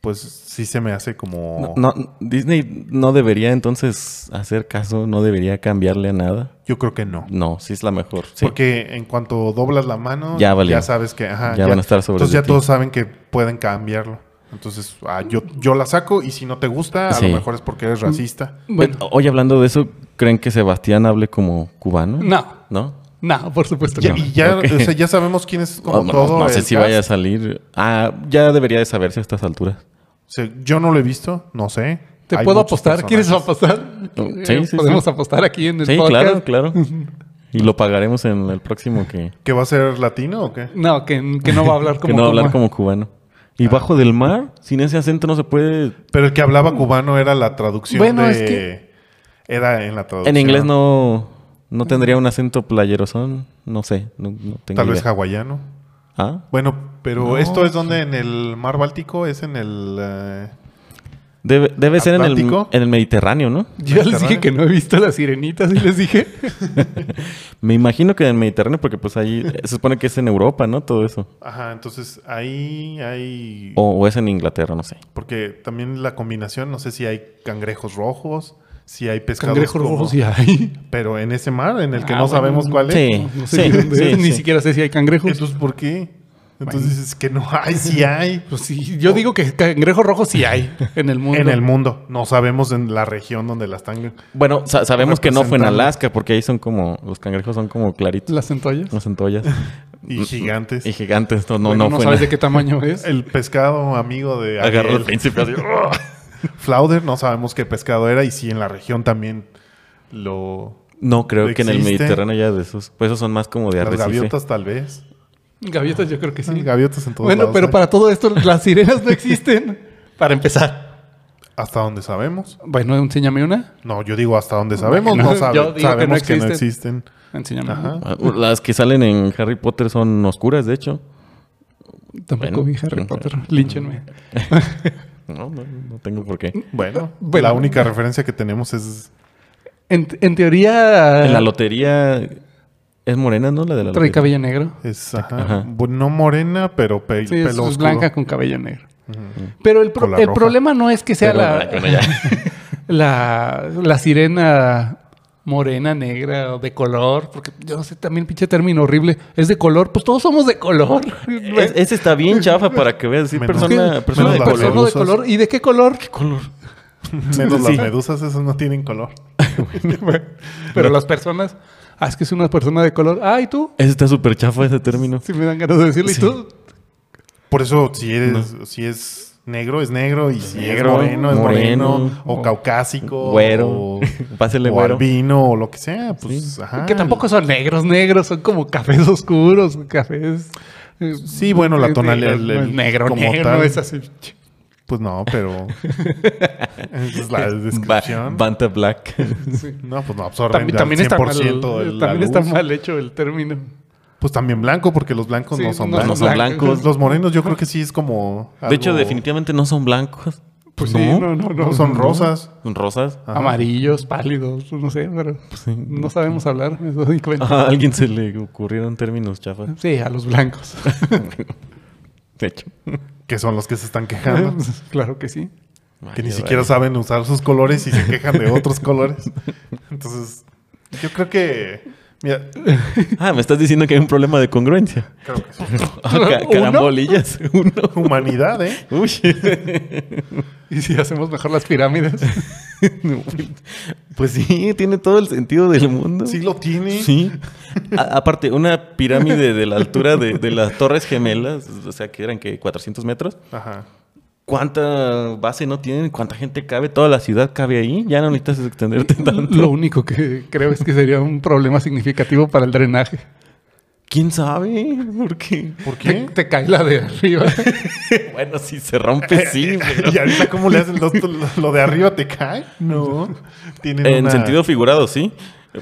B: pues sí se me hace como...
A: No, no, Disney no debería entonces hacer caso, no debería cambiarle a nada.
B: Yo creo que no.
A: No, sí es la mejor. Sí.
B: Porque en cuanto doblas la mano,
A: Ya valió.
B: sabes que... ajá,
A: Ya van a estar sobre
B: Entonces
A: de
B: ya
A: ti.
B: todos saben que pueden cambiarlo. Entonces ah, yo, yo la saco y si no te gusta, a
A: Sí.
B: lo mejor es porque
C: Mm.
B: eres racista.
C: Bueno,
A: Eh, Hoy hablando de eso, ¿creen que Sebastián hable como cubano?
C: no,
A: ¿No?
C: no, por supuesto que
B: Ya-
C: no.
B: y ya,
A: ok. Oh,
B: o sea, ya sabemos quién es como
A: no, no-
B: todo
A: no sé
B: el
A: si
B: cast.
A: vaya a salir. Ah, ya debería de saberse a estas alturas.
B: O sea, yo no lo he visto, no sé.
C: ¿Te
B: Hay
C: puedo
B: muchos
C: apostar? ¿Quieres
B: personajes.
C: apostar?
A: No, sí,
C: Eh,
A: sí,
C: Podemos
A: sí.
C: apostar aquí en el
A: Sí,
C: podcast.
A: claro, claro. Y lo pagaremos en el próximo que,
B: ¿Que va a ser latino o qué?
C: No, que, que no va a hablar
A: que
C: como
A: no va a hablar
C: Kuma.
A: como cubano. Y bajo del mar, sin ese acento no se puede.
B: Pero el que hablaba cubano era la traducción
C: Bueno,
B: de...
C: es que-
B: Era en la traducción.
A: En inglés no, no tendría un acento playerosón. No sé, no, no tengo
B: Tal vez
A: idea.
B: hawaiano.
A: Ah,
B: Bueno, pero
A: No.
B: esto es donde en el mar Báltico, es en el... eh,
A: Debe, debe ser en el,
B: ¿Atlántico?
A: en el Mediterráneo, ¿no?
C: Yo les dije
B: Mediterráneo.
C: que no he visto las sirenitas y les dije.
A: Me imagino que en el Mediterráneo, porque pues ahí se supone que es en Europa, ¿no? Todo eso.
B: Ajá, entonces ahí hay...
A: O, o es en Inglaterra, no sé.
B: Porque también la combinación, no sé si hay cangrejos rojos, si hay pescados
C: Cangrejos
B: como-
C: rojos y hay.
B: Pero en ese mar, en el que
C: Ah,
B: no
C: bueno,
B: sabemos cuál es.
A: Sí,
C: No sé
A: sí,
C: ni dónde
A: sí,
C: es, ni
A: sí.
C: siquiera sé si hay cangrejos.
B: Entonces, ¿por qué? Entonces es que no hay, sí hay.
C: Pues sí, yo digo que cangrejos rojos sí hay en el mundo.
B: En el mundo. No sabemos en la región donde las están.
A: Bueno, sa- sabemos que no fue en
B: Representando.
A: Alaska, porque ahí son como, los cangrejos son como claritos,
C: Las centollas.
A: las centollas.
B: Y gigantes.
A: Mm, Y gigantes, no, no,
C: Bueno,
A: no, fue en-
C: sabes de qué tamaño es.
B: El pescado amigo de
A: Agarró el
B: Ariel,
A: príncipe así.
B: Flauder, no sabemos qué pescado era. Y sí, en la región también lo...
A: No, creo que en el
B: ¿Existe?
A: Mediterráneo ya de esos. Pues esos son más como de
B: Las
A: arrecife.
B: gaviotas tal vez.
C: Gaviotas yo creo que sí.
B: Gaviotas en todos
C: bueno,
B: lados
C: pero
B: hay.
C: para todo esto las sirenas no existen. Para empezar.
B: Hasta donde sabemos.
C: Bueno, enséñame una.
B: No, yo digo hasta donde sabemos.
C: Bueno,
B: no sabe-
C: yo digo que no
B: sabemos que no
C: existen.
B: existen.
C: Enséñame
B: Ajá.
C: una.
A: Ah, Las que salen en Harry Potter son oscuras, de hecho.
C: Tampoco
A: Bueno,
C: vi Harry
A: bueno.
C: Potter. Línchenme.
A: No, no, no tengo por qué.
B: Bueno,
C: Bueno.
B: la única referencia que tenemos es...
C: En, en teoría...
A: En la lotería es morena, ¿no? La de la
C: Trae
A: lotería.
C: cabello negro.
B: es ajá,
A: Ajá.
B: bu- No morena, pero pe-
C: Sí, es-
B: pelo
C: es,
B: oscuro.
C: blanca con cabello negro. Pero el, pro-
B: Cola
C: el
B: roja.
C: problema no es que sea
A: Pero,
C: la,
A: ah, bueno, ya.
C: la, la sirena morena, negra o de color, porque yo no sé, también pinche término horrible. Es de color, pues todos somos de color.
A: Es- ese está bien chafa para que veas. Sí,
B: Menos-
A: persona,
C: ¿Qué?
A: persona de
B: menos la
A: color.
C: de color. ¿Y de qué color? color?
B: Menos
A: Sí.
B: las medusas, esas no tienen color.
C: Pero las personas, ah, es que es una persona de color. Ah, ¿y tú?
A: Ese está súper chafa ese término.
C: Si me dan ganas de decirle, ¿y
A: Sí.
C: tú?
B: Por eso, si eres, si es negro, es negro, y si
A: Negro,
B: es moreno, es moreno,
A: moreno,
B: o caucásico,
A: güero.
B: o,
A: Pásele
B: o
A: güero.
B: albino, o lo que sea, pues, ajá.
C: Que tampoco son negros, negros, son como cafés oscuros, cafés. eh,
B: Sí, bueno, la tonalidad, el- el-
C: negro,
B: como
C: negro,
B: tal.
C: es así.
B: Pues no, pero... esa es la
A: Ba-
B: descripción.
A: Banta Black.
C: Sí.
B: no, pues no absorben
C: También,
B: también,
C: también está, mal,
B: 100% el- la
C: también está
B: luz.
C: mal hecho el término.
B: Pues también blanco, porque los blancos
C: Sí,
B: no son
C: no
A: No
B: blancos.
A: son blancos.
B: Los morenos yo creo que sí es como...
A: De hecho,
B: algo-
A: definitivamente no son blancos.
C: Pues
A: ¿No?
C: sí, no, no, no.
B: No, son rosas.
A: Son rosas.
B: Ajá. Mm.
C: Amarillos, pálidos, pues no sé, pero no sabemos hablar. me doy cuenta.
A: A alguien se le ocurrieron términos chafas.
C: Sí, a los blancos.
A: De hecho.
B: Que son los que se están quejando.
C: Pues, claro que sí.
B: que ni siquiera saben usar sus colores y se quejan de otros colores. Entonces, yo creo que... Mira,
A: Ah, me estás diciendo que hay un problema de congruencia.
B: creo que es
A: Ah, ca-
C: ¿Uno?
A: carambolillas. Uno.
B: humanidad, ¿eh?
A: Uy.
C: Y si hacemos mejor las pirámides.
A: Pues sí, tiene todo el sentido del mundo.
B: Sí lo tiene.
A: Sí. A- aparte, una pirámide de la altura de, de las Torres Gemelas, o sea, que eran que 400 metros.
B: Ajá.
A: ¿Cuánta base no tienen? ¿Cuánta gente cabe? Toda la ciudad cabe ahí. Ya no necesitas extenderte tanto.
C: Lo único que creo es que sería un problema significativo para el drenaje.
A: ¿Quién sabe? ¿Por qué?
B: ¿Por
C: Te,
B: qué?
C: te cae la de arriba.
A: Bueno, si se rompe, sí. pero-
B: ¿Y ahorita cómo le hacen los- lo, de arriba te cae? No. Tienen
A: En
B: una-
A: sentido figurado, sí.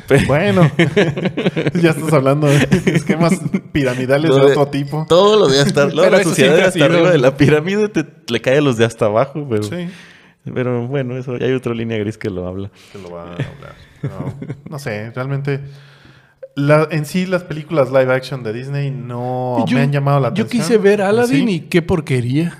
A: Pe-
B: Bueno, ya estás hablando de esquemas piramidales de
A: Lo de-
B: otro tipo.
A: Todo lo de hasta lo de
C: Pero
A: la
C: eso
A: sociedad
C: siempre
A: de
C: ha
A: hasta
C: sido.
A: arriba de la pirámide te, le cae a los de hasta abajo, pero,
B: Sí.
A: pero bueno, eso ya hay otra línea gris que lo habla.
B: que lo va a hablar. No, no sé, realmente. la- en sí, las películas live action de Disney no
C: Yo-
B: me han llamado la
C: Yo
B: atención. ¿Ah,
C: quise ver Aladdin
B: Sí.
C: y qué porquería.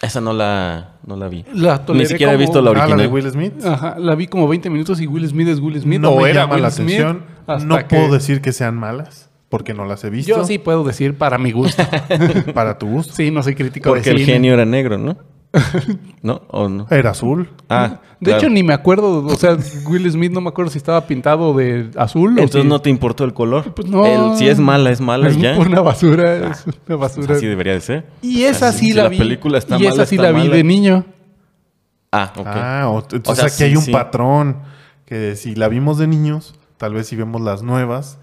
A: Esa no la, no la vi.
C: La toleré
A: Ni siquiera he
C: como-
A: visto la
B: Ah, la
A: original.
B: de Will Smith.
C: Ajá, la vi como 20 minutos y Will Smith es Will Smith.
B: no
C: o
B: me
C: era
B: llama
C: Will
B: la
C: Smith,
B: atención.
C: hasta
B: No
C: que-
B: puedo decir que sean malas, porque no las he visto.
C: Yo sí puedo decir para mi gusto.
B: Para tu gusto.
C: sí, no soy crítico
A: Porque
C: de
A: el
C: cine.
A: genio era negro, ¿no? ¿No? ¿O no?
B: Era azul.
A: Ah,
C: De
A: claro.
C: hecho, ni me acuerdo. O sea, Will Smith no me acuerdo si estaba pintado de azul o
A: Entonces
C: si-
A: no te importó el color.
C: Pues no.
A: El- si es mala, es mala
C: Es
A: y ya. Ah, Pues
C: una basura. Es una basura.
A: Así debería de ser.
C: Y esa
A: Así,
C: sí
A: si
C: la
A: la
C: vi.
A: película está
C: y esa
A: mala,
C: sí
A: está
C: la vi
A: mala.
C: de niño.
A: Ah, ok.
B: Ah, o- entonces
A: O sea,
B: aquí
A: sí,
B: hay un
A: sí.
B: patrón que si la vimos de niños, tal vez si vemos las nuevas,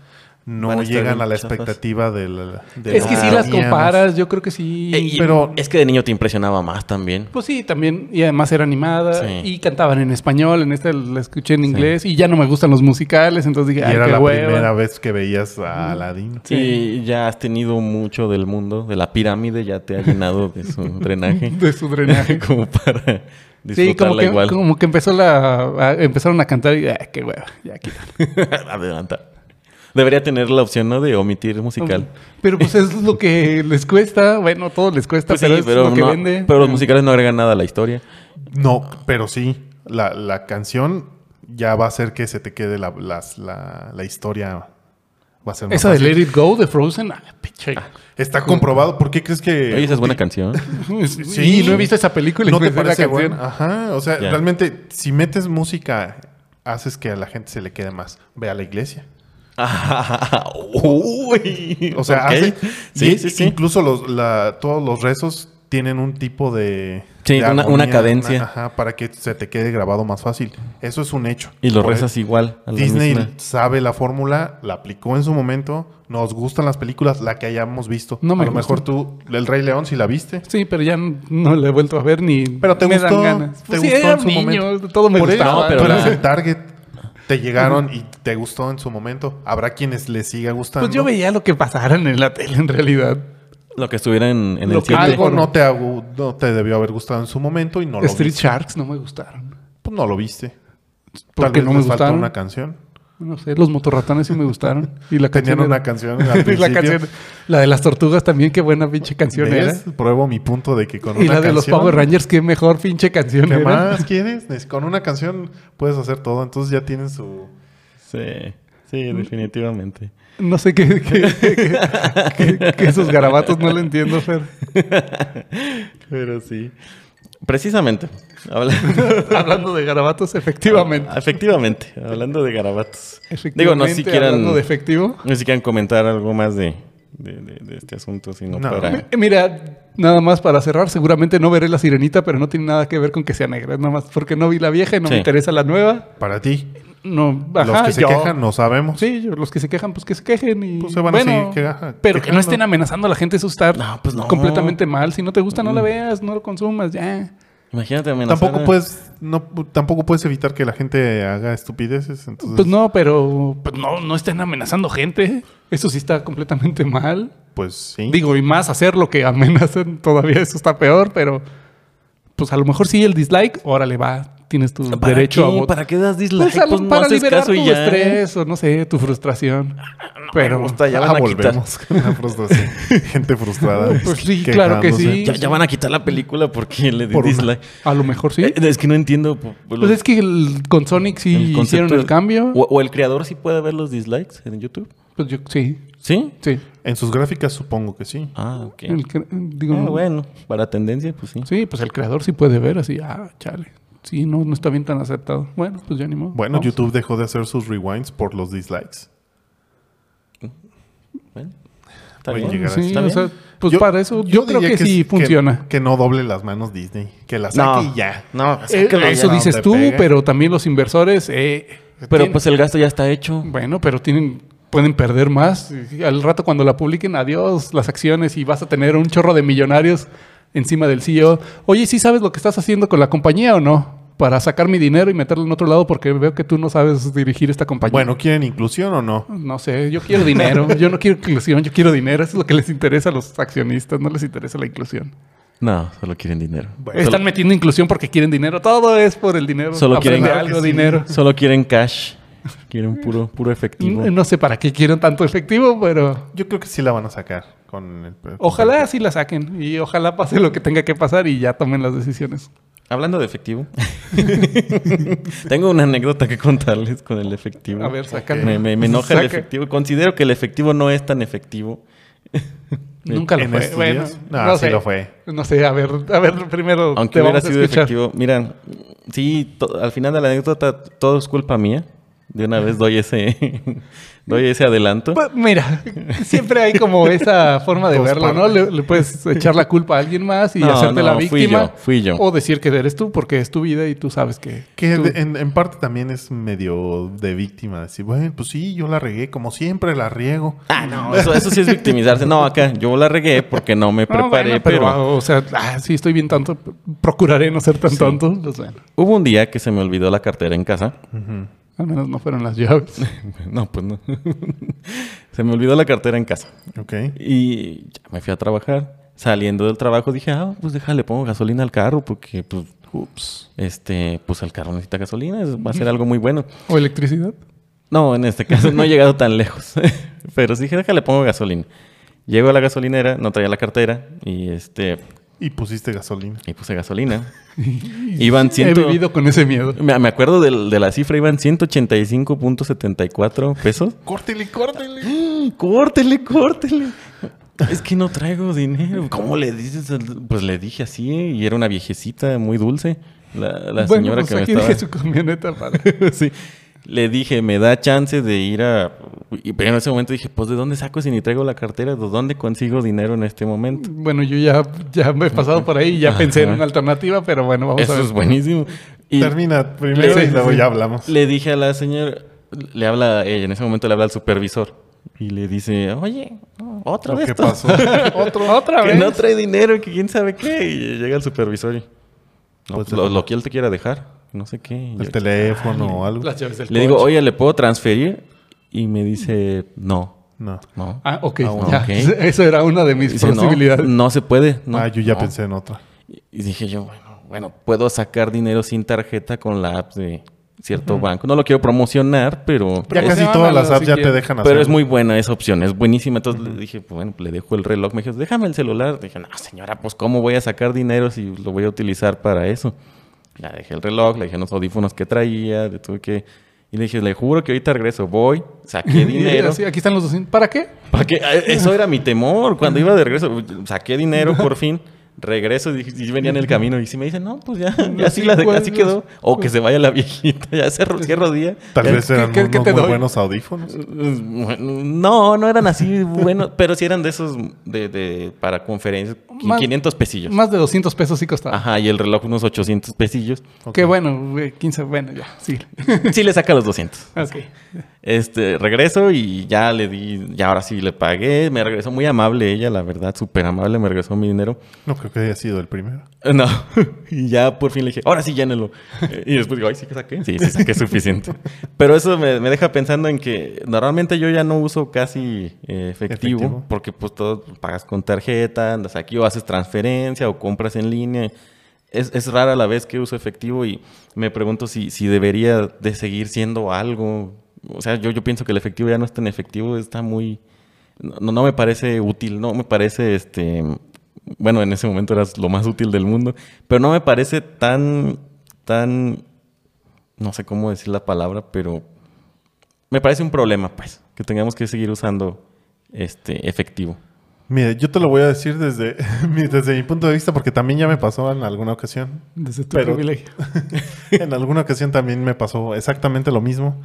A: Van a
B: no
A: estar
B: llegan
A: bien
B: a la
A: chafas.
B: expectativa del. de
C: Es
B: lo
C: que sí
A: Ah,
C: las
B: teníamos.
C: comparas, yo creo que sí.
A: Eh, y-
B: pero-
A: Es que de niño te impresionaba más también.
C: Pues sí, también. Y además era animada.
A: Sí.
C: Y cantaban en español. En esta la escuché en inglés. Y ya no me gustan los musicales. Entonces
B: Y
C: dije, ay,
B: era
C: qué
B: la
C: hueva.
B: primera vez que veías a Aladino.
A: Sí, ya has tenido mucho del mundo, de la pirámide, ya te ha llenado de su drenaje.
C: De su drenaje.
A: como para
C: Sí,
A: disfrutarla
C: como que,
A: igual.
C: como que empezó la, a- empezaron a cantar y ah, qué hueva, ya quita.
A: Adelanta. Debería tener la opción, ¿no? De omitir musical.
C: Pero pues es lo que les cuesta, bueno, todo les cuesta,
A: Pues sí,
C: pero es
A: pero,
C: lo que
A: no-
C: vende. Ah.
A: pero los musicales no agregan nada a la historia.
B: No, pero sí. La, la canción ya va a hacer que se te quede la, las- la- la historia. Va a ser más
C: Esa de
B: fácil.
C: Let It Go de Frozen, ah, pinche.
B: Está comprobado. ¿Por qué crees que.?
A: Oye, esa es buena canción.
C: Sí, no he visto esa película y
B: ¿No
C: me
B: te
C: sé la
B: parece
C: canción.
B: buena? Ajá. O sea,
A: Ya.
B: realmente, si metes música, haces que a la gente se le quede más. Ve a la iglesia.
A: Uy.
B: O
A: Ok.
B: sea, hace-
A: Sí,
B: y-
A: sí, sí.
B: Incluso los, la- todos los rezos tienen un tipo de...
A: Sí,
B: de
A: una- una cadencia.
B: ajá, para que se te quede grabado más fácil. Eso es un hecho.
A: Y lo
B: Por
A: rezas igual. a la
B: Disney
A: misma.
B: sabe la fórmula, la aplicó en su momento, nos gustan las películas, la que hayamos visto.
C: No me
B: a lo
C: gustan.
B: mejor tú, El Rey León, si la viste.
C: Sí, pero ya n- no la he vuelto a ver ni
B: Pero te
C: me
B: gustó,
C: dan ganas.
B: te
C: Pues sí,
B: gustó
C: era
B: en
C: un
B: su
C: niño,
B: momento.
C: todo me
B: Por eso,
C: gustaba.
A: pero
B: tú
A: la-
B: eras el target, te llegaron y te gustó en su momento. Habrá quienes le siga gustando.
C: Pues yo veía lo que pasaran en la tele en realidad.
A: Lo que estuviera en, en
C: Lo
A: el
C: que
A: cine.
B: Algo no te, agu- no te debió haber gustado en su momento y no lo
C: Street
B: viste.
C: Sharks no me gustaron.
B: Pues no lo viste. Tal
C: Porque
B: vez
C: no me
B: les faltó
C: gustaron.
B: una canción.
C: No sé, los motorratones sí me gustaron. Y
B: Tenían
C: la canción
B: una
C: era-
B: canción al
C: y
B: principio.
C: la canción. La de las tortugas también, qué buena pinche canción
B: ¿Ves? Pruebo mi punto de que con
C: era. Y
B: una
C: la de los
B: canción-
C: Power Rangers, qué mejor pinche canción
B: ¿Qué
C: era.
B: más quieres? Nes- Con una canción puedes hacer todo, entonces ya tienen su...
A: Sí, sí, definitivamente.
C: No sé qué, qué, qué- qué- qué esos garabatos no lo entiendo, Fer.
A: Pero sí. Precisamente. habla-
C: Hablando de garabatos, efectivamente.
A: Efectivamente, hablando de garabatos.
C: Efectivamente,
A: Digo, no si quieran,
C: Hablando de efectivo.
A: no si quieran comentar algo más de, de- de- de este asunto, sino
B: No.
A: para...
C: Eh, Mira, nada más para cerrar, seguramente no veré la sirenita, pero no tiene nada que ver con que sea negra, nada más porque no vi la vieja y no
A: Sí.
C: me interesa la nueva.
B: Para ti.
C: No, ajá,
B: los que se
C: yo-
B: quejan no sabemos.
C: Sí, yo- los que se quejan, pues que se quejen y
B: Pues se van a seguir que- ajá,
C: pero que no
B: quejando.
C: estén amenazando a la gente, eso está
A: No, pues no.
C: completamente mal. Si no te gusta, no la veas, no lo consumas, ya.
A: Imagínate amenazar
B: Tampoco
A: a-
B: puedes, no, tampoco puedes evitar que la gente haga estupideces. Entonces,
C: Pues no, pero pues no, no estén amenazando gente. Eso sí está completamente mal.
B: pues sí.
C: Digo, y más hacer lo que amenazan todavía, eso está peor, pero pues a lo mejor sí el dislike, órale, va, tienes tu
A: ¿Para
C: derecho
A: qué?
C: a votar.
A: ¿Para qué das dislike?
C: Pues, a lo-
A: Pues no
C: para
A: haces
C: liberar
A: caso
C: tu
A: y ya.
C: estrés o no sé, tu frustración. pero
A: gusta, ya
B: Ah,
A: van a quitar.
B: volvemos con la frustración. Gente frustrada.
C: Pues sí, claro que sí.
A: Ya, ya van a quitar la película porque le di
B: Por una-
A: dislike.
C: a lo mejor sí.
A: Eh, Es que no entiendo. po- po-
C: Pues es que el- con Sonic sí
A: el concepto
C: hicieron
A: del-
C: el cambio.
A: O, o el creador sí puede ver los dislikes en YouTube.
C: Pues yo sí,
A: ¿Sí?
C: sí.
B: En sus gráficas supongo que sí.
A: Ah, ok.
C: El cre- digo,
A: Ah, bueno, para tendencia, pues sí.
C: Sí, pues el creador sí puede ver así, ah, chale. Sí, no, no está bien tan aceptado. Bueno, pues ya ni modo.
B: Bueno,
C: Vamos.
B: YouTube dejó de hacer sus rewinds por los dislikes.
A: Bueno, está
B: Oye,
A: bien.
B: llegar a
C: Sí,
A: ¿Está
C: o
A: bien?
C: sea, pues
B: Yo-
C: para eso yo, creo
B: diría
C: que, sí
B: es-
C: funciona.
B: Que, no doble las manos Disney. Que las saque y ya.
A: No,
C: Eh,
B: sácalo
C: eso
B: ya
C: dices
B: donde
C: tú,
B: pegue.
C: pero también los inversores, eh,
A: pero
C: tienen-
A: pues el gasto ya está hecho.
C: bueno, pero tienen pueden perder más. Y Al rato cuando la publiquen, adiós las acciones y vas a tener un chorro de millonarios encima del CEO. Oye, ¿sí sabes lo que estás haciendo con la compañía o no? Para sacar mi dinero y meterlo en otro lado porque veo que tú no sabes dirigir esta compañía.
B: Bueno, ¿quieren inclusión o no?
C: No sé, yo quiero dinero. Yo no quiero inclusión, yo quiero dinero. Eso es lo que les interesa a los accionistas, no les interesa la inclusión.
A: No, solo quieren dinero.
C: Están metiendo inclusión porque quieren dinero. Todo es por el dinero.
A: Solo quieren-
C: Aprende
A: Claro
C: algo,
B: que sí.
C: dinero.
A: Solo quieren cash. Quieren puro, puro efectivo.
C: No sé para qué quieren tanto efectivo, pero
B: Yo creo que sí la van a sacar con el...
C: ojalá sí la saquen y ojalá pase lo que tenga que pasar y ya tomen las decisiones.
A: Hablando de efectivo, tengo una anécdota que contarles con el efectivo.
C: A ver, sácame.
A: me, me- me enoja el
C: Saca.
A: efectivo. Considero que el efectivo no es tan efectivo.
C: Nunca lo
B: ¿En
C: fue.
B: estos
C: Bueno,
B: días? No, sí lo fue.
C: No sé, a ver, a ver, primero
A: Aunque
C: te
A: hubiera
C: vamos a
A: sido
C: escuchar.
A: efectivo. Mira, sí, to- al final de la anécdota todo es culpa mía. De una vez doy ese, doy ese adelanto.
C: Pues, mira, siempre hay como esa forma de
B: Dos
C: verlo, ¿no? Le, le puedes echar la culpa a alguien más y
A: No,
C: hacerte la
A: no, fui
C: víctima.
A: yo, fui yo.
C: O decir que eres tú porque es tu vida y tú sabes que...
B: Que
C: tú-
B: de- en, en parte también es medio de víctima. Decir, bueno, pues sí, yo la regué, como siempre la riego.
A: Ah, no, eso, eso sí es victimizarse. No, acá yo la regué porque no me
C: No, Ah, bueno,
A: preparé,
C: pero,
A: pero...
C: O sea, ah, sí, estoy bien tonto. Procuraré no ser tan tonto. Pues bueno,
A: Hubo un día que se me olvidó la cartera en casa.
C: al menos no fueron las llaves.
A: No, pues no. se me olvidó la cartera en casa.
B: Ok.
A: Y ya me fui a trabajar. Saliendo del trabajo dije, ah, pues déjale, pongo gasolina al carro porque, pues, ups, este, pues el carro necesita gasolina, eso va a ser algo muy bueno.
C: ¿O electricidad?
A: No, en este caso no he llegado tan lejos. Pero sí dije, déjale, pongo gasolina. Llego a la gasolinera, no traía la cartera y este,
B: Y pusiste gasolina.
A: y puse gasolina. Iban
C: He
A: ciento...
C: vivido con ese miedo.
A: Me, me acuerdo del- de, la cifra, iban 185.74 pesos.
B: Córtele, córtele.
A: córtele, córtele. Es que no traigo dinero. ¿Cómo le dices? al- Pues le dije así y era una viejecita muy dulce. La, la
C: Bueno,
A: señora
C: pues
A: que me
C: aquí
A: estaba...
C: dejé su camioneta para...
A: sí. Le dije, me da chance de ir a... Y pero en ese momento dije, pues ¿de dónde saco si ni traigo la cartera? ¿De dónde consigo dinero en este momento?
C: Bueno, yo ya, ya me he pasado por ahí y ya pensé en
A: Ajá.
C: una alternativa, pero bueno, vamos a
A: Eso
C: ver.
A: es buenísimo. Y
B: Termina primero
A: Sí,
B: y
A: sí,
B: luego
A: sí.
B: ya hablamos.
A: le dije a la señora, le habla a ella, en ese momento le habla al supervisor. Y le dice, oye, otro
B: Lo
A: de
B: que
A: estos.
B: pasó.
C: Otro, otra
A: que
C: vez.
A: no trae dinero, que quién sabe qué. Y llega el supervisor y... no,
B: Pues,
A: lo, lo que él te quiera dejar, no sé qué. Y
B: El
A: yo-
B: teléfono o algo.
C: Las llaves del
A: le digo,
C: coche.
A: oye, ¿le puedo transferir? Y me dice, no,
B: No.
A: no.
C: Ah, ok.
B: Ah, bueno,
C: ya.
A: ok.
C: Eso era una de mis
A: Dice, no,
C: posibilidades.
A: no se puede. No,
B: Ah, yo ya
A: no".
B: pensé en otra.
A: Y dije yo, bueno, bueno, puedo sacar dinero sin tarjeta con la app de cierto banco. No lo quiero promocionar, pero,
B: Ya
C: Pero
A: es,
B: casi
C: llámalo
B: todas las apps
C: si
B: ya
C: quieres.
B: te dejan hacer.
A: pero es muy buena esa opción, es buenísima. Entonces le dije, pues, bueno, le dejo el reloj. Me dijo, déjame el celular. Dije, no, señora, pues cómo voy a sacar dinero si lo voy a utilizar para eso. Ya dejé el reloj, le dije los audífonos que traía, le tuve que... Y le dije, le juro que ahorita regreso, voy, saqué
C: Y
A: dinero.
C: así, aquí están los 200. ¿Para qué?
A: ¿Para qué? Ah, Eso era mi temor. Cuando iba de regreso, saqué dinero por fin. Regreso y, dije- y venía en el camino. Y si me dicen, no, pues ya, ya
C: No,
A: así,
C: sí,
A: la de-
C: pues,
A: así quedó. O que se vaya la viejita, ya cerro, cierro día.
B: Tal
A: Ya-
B: vez
C: ¿Qué-
B: eran
C: qué-
B: unos
C: qué te
B: muy
C: doy?
B: buenos audífonos.
A: Bueno, No, no eran así buenos, pero sí eran de esos de, de- para conferencias, qui-
C: Más-
A: 500 pesillos.
C: Más de 200 pesos sí costaba.
A: Ajá, y el reloj unos 800 pesillos.
B: Ok.
C: Qué bueno, güey, 15, bueno, ya, sí.
A: Sí le saca los 200.
C: Ok.
A: Este, regreso y ya le di, ya ahora sí le pagué. Me regresó muy amable ella, la verdad, súper amable, me regresó mi dinero.
B: No creo que haya sido el primero.
A: No, y ya por fin le dije, ahora sí llénelo. Eh, Y después digo, ay, sí que saqué. Sí, sí saqué suficiente. Pero eso me, me deja pensando en que normalmente yo ya no uso casi eh, efectivo,
B: Efectivo.
A: porque pues todo pagas con tarjeta, andas aquí o haces transferencia o compras en línea. Es, es rara la vez que uso efectivo y me pregunto si, si debería de seguir siendo algo. O sea, yo, yo pienso que el efectivo ya no es tan efectivo, está muy... No, no me parece útil, no me parece este. Bueno, en ese momento eras lo más útil del mundo, pero no me parece tan. tan. no sé cómo decir la palabra, pero. me parece un problema, pues, que tengamos que seguir usando este efectivo.
B: Mira, yo te lo voy a decir desde, desde mi punto de vista porque también ya me pasó en alguna ocasión.
C: Desde tu
B: Pero-
C: privilegio.
B: En alguna ocasión también me pasó exactamente lo mismo.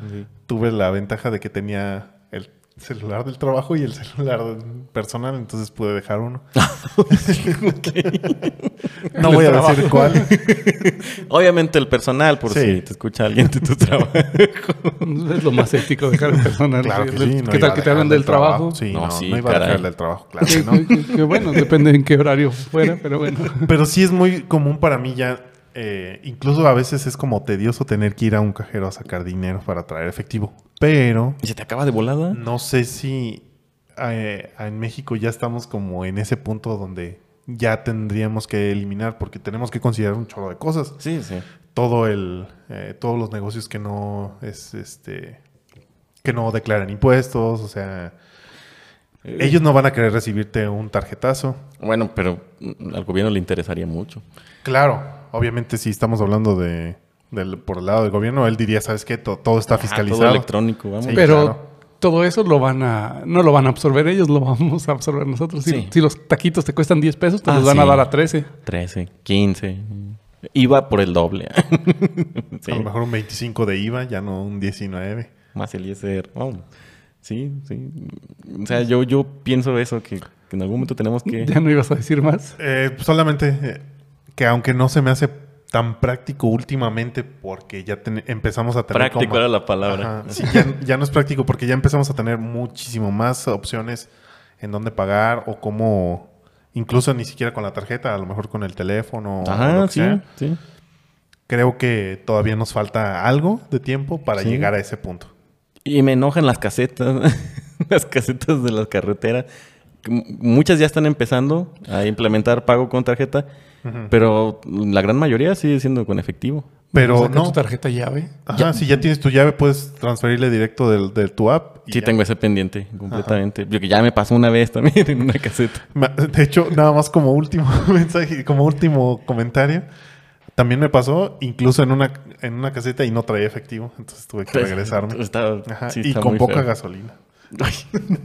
B: Tuve la ventaja de que tenía el celular del trabajo y el celular personal, entonces pude dejar uno. no
C: El
B: voy a
C: trabajo.
B: decir cuál.
A: Obviamente el personal, por
B: Sí.
A: si te escucha alguien de tu trabajo.
C: Es lo más ético dejar el personal.
B: Claro que sí. no iba
C: ¿Qué
B: a
C: tal que te
B: dejar
C: hablan del trabajo?
B: Sí,
A: No,
B: no,
A: sí,
B: no iba a dejar
A: caray.
B: del trabajo, claro que
C: Que,
B: no.
C: que- que bueno, depende en qué horario fuera, pero bueno.
B: Pero sí es muy común para mí ya. eh, incluso a veces es como tedioso tener que ir a un cajero a sacar dinero para traer efectivo. Pero
A: ¿Y se te acaba de volada?
B: no sé si eh, en México ya estamos como en ese punto donde ya tendríamos que eliminar porque tenemos que considerar un chorro de cosas.
A: Sí, sí.
B: Todo el, eh, todos los negocios que no es este que no declaran impuestos, o sea,
A: Eh,
B: ellos no van a querer recibirte un tarjetazo.
A: Bueno, pero mm, al gobierno le interesaría mucho.
B: Claro, obviamente si estamos hablando de del- por el lado del gobierno, él diría, ¿sabes qué? To- todo está
A: Ah, todo
B: fiscalizado.
A: electrónico, vamos.
B: Sí,
C: pero
B: claro.
C: todo eso lo van a, no lo van a absorber ellos, lo vamos a absorber nosotros. Si,
A: Sí.
C: si los taquitos te cuestan 10 pesos, te
A: Ah,
C: los van a
A: sí.
C: dar a 13.
A: 13, 15. Iba por el doble. sí.
B: A lo mejor un 25 de IVA, ya no un 19.
A: Más el ISR. Oh, Sí, sí. O sea, yo, yo pienso eso, que, que en algún momento tenemos que...
C: Ya no ibas a decir más.
B: Eh, solamente eh, que aunque no se me hace tan práctico últimamente porque ya ten- empezamos a tener
A: Práctico
B: como-
A: era la palabra.
B: Ajá, sí, ya, ya no es práctico porque ya empezamos a tener muchísimo más opciones en dónde pagar o cómo incluso ni siquiera con la tarjeta, a lo mejor con el teléfono o
A: Ajá,
B: lo que
A: sí,
B: sea.
A: sí.
B: Creo que todavía nos falta algo de tiempo para
A: Sí.
B: llegar a ese punto.
A: Y me enojan las casetas, las casetas de las carreteras. Que mu- Muchas ya están empezando a implementar pago con tarjeta, pero la gran mayoría sigue siendo con efectivo.
B: Pero
C: Saca tu
B: no,
C: tarjeta llave.
B: ajá, si ya tienes tu llave puedes transferirle directo del- de tu app. y
A: Sí,
B: ya.
A: tengo ese pendiente completamente. Yo que ya me pasó una vez también en una caseta.
B: Ma- De hecho, nada más como último mensaje, como último comentario. También me pasó, incluso en una, en una caseta y no traía efectivo, entonces tuve que regresarme.
A: Está-
B: Ajá,
A: sí,
B: y
A: está
B: con
A: muy
B: poca
A: feo.
B: gasolina.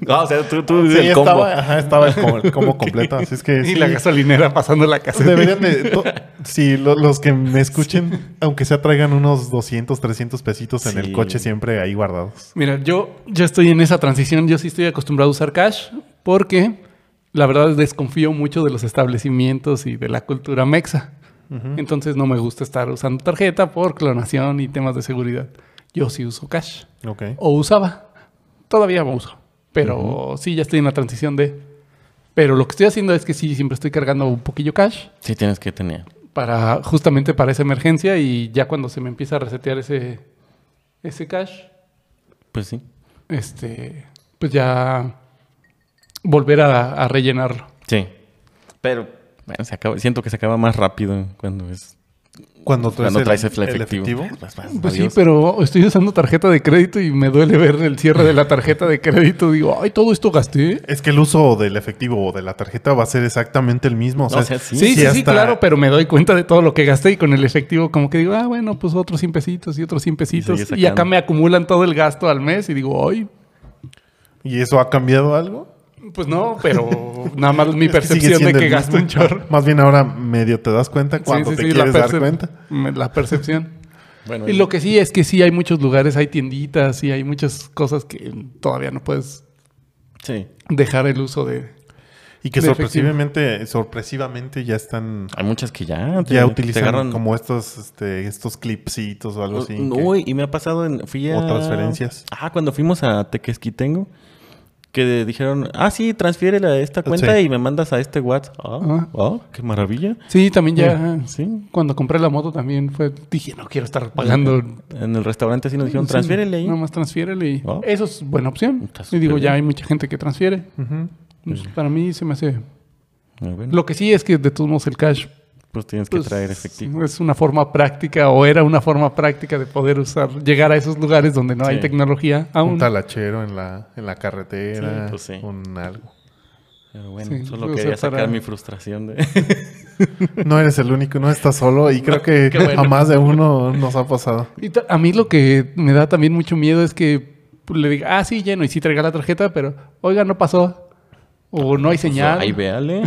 A: Ah, o sea, tú, tú
B: Sí,
A: el combo.
B: estaba, ajá, estaba el combo, el combo completo. Así es que
C: Y
B: Eh, sí,
C: la gasolinera pasando la casa.
B: deberían de... to- sí, lo- los que me escuchen, aunque sea traigan unos 200, 300 pesitos en
A: Sí.
B: el coche siempre ahí guardados.
C: Mira, yo, yo estoy en esa transición. Yo sí estoy acostumbrado a usar cash porque la verdad desconfío mucho de los establecimientos y de la cultura mexa. Entonces no me gusta estar usando tarjeta por clonación y temas de seguridad. Yo sí uso cash.
B: Ok.
C: O usaba. Todavía lo uso. Pero sí, ya estoy en la transición de... Pero lo que estoy haciendo es que sí, siempre estoy cargando un poquillo cash
A: Sí, tienes que tener.
C: para justamente para esa emergencia y ya cuando se me empieza a resetear ese, ese cash,
A: Pues sí.
C: este, pues ya volver a, a rellenarlo.
A: Sí. Pero bueno, se acaba, siento que se acaba más rápido cuando es
B: Cuando traes,
A: cuando
B: el,
A: traes el,
B: el
A: efectivo.
B: efectivo.
A: Pues, vas,
C: Pues sí,
A: adiós.
C: pero estoy usando tarjeta de crédito y me duele ver el cierre de la tarjeta de crédito. Digo, ay, todo esto gasté.
B: Es que el uso del efectivo o de la tarjeta va a ser exactamente el mismo. O sea,
A: O sea,
C: Sí, sí, sí,
B: hasta-
C: claro, pero me doy cuenta de todo lo que gasté y con el efectivo como que digo, ah, bueno, pues otros 100 pesitos y otros 100 pesitos.
A: sigues
C: Y, acá
A: sacando.
C: me acumulan todo el gasto al mes y digo, ay,
B: ¿Y eso ha cambiado algo?
C: pues no, pero nada más mi
B: Es que sigue
C: percepción de
B: siendo
C: que
B: el
C: gasto
B: mismo.
C: un chorro.
B: Más bien ahora medio te das cuenta cuando
C: Sí, sí,
B: te
C: sí,
B: quieres dar
C: percep-
B: cuenta.
C: me- La percepción.
A: Bueno,
C: Y lo que sí es que sí hay muchos lugares, hay tienditas y hay muchas cosas que todavía no puedes
A: sí.
C: dejar el uso de...
B: Y que
C: De
B: sorpresivamente, sorpresivamente ya están
A: Hay muchas que ya te-
B: ya
A: te
B: utilizan
A: agarran-
B: como estos este, estos clipsitos o algo así.
A: Uh, No,
B: que-
A: y- y me ha pasado en. Fui a.
B: O transferencias.
A: Ah, cuando fuimos a Tequesquitengo, que dijeron, ah, sí, transfiérela a esta cuenta
B: Sí.
A: y me mandas a este WhatsApp. Ah,
C: Ah.
A: ah, qué maravilla.
C: Sí, también ya...
A: Sí.
C: Cuando compré la moto también fue... Dije, no quiero estar pagando...
A: En el restaurante así nos dijeron,
C: Sí,
A: transfiérele ahí.
C: Nada más transfiérele y...
A: Ah.
C: Eso es buena opción.
A: Está
C: Y
A: súper
C: digo, ya
A: bien.
C: hay mucha gente que transfiere.
B: Ujú.
C: Pues, Para mí se me hace...
A: Ah, bueno,
C: Lo que sí es que de todos modos el cash...
A: pues tienes
C: pues,
A: que traer efectivo.
C: Es una forma práctica o era una forma práctica de poder usar... Llegar a esos lugares donde no hay
A: Sí.
C: tecnología
B: Un
C: aún.
B: talachero en la, en la carretera,
A: Sí, pues sí.
B: un algo.
A: Pero bueno,
C: sí,
A: solo
C: o sea,
A: quería sacar
C: para-
A: mi frustración de.
B: No eres el único, no estás solo y creo que
C: qué bueno.
B: a más de uno nos ha pasado.
C: Y ta- a mí lo que me da también mucho miedo es que le diga, ah, sí, lleno, y sí traiga la tarjeta, pero, oiga, no pasó. O no hay señal.
A: Ahí véale.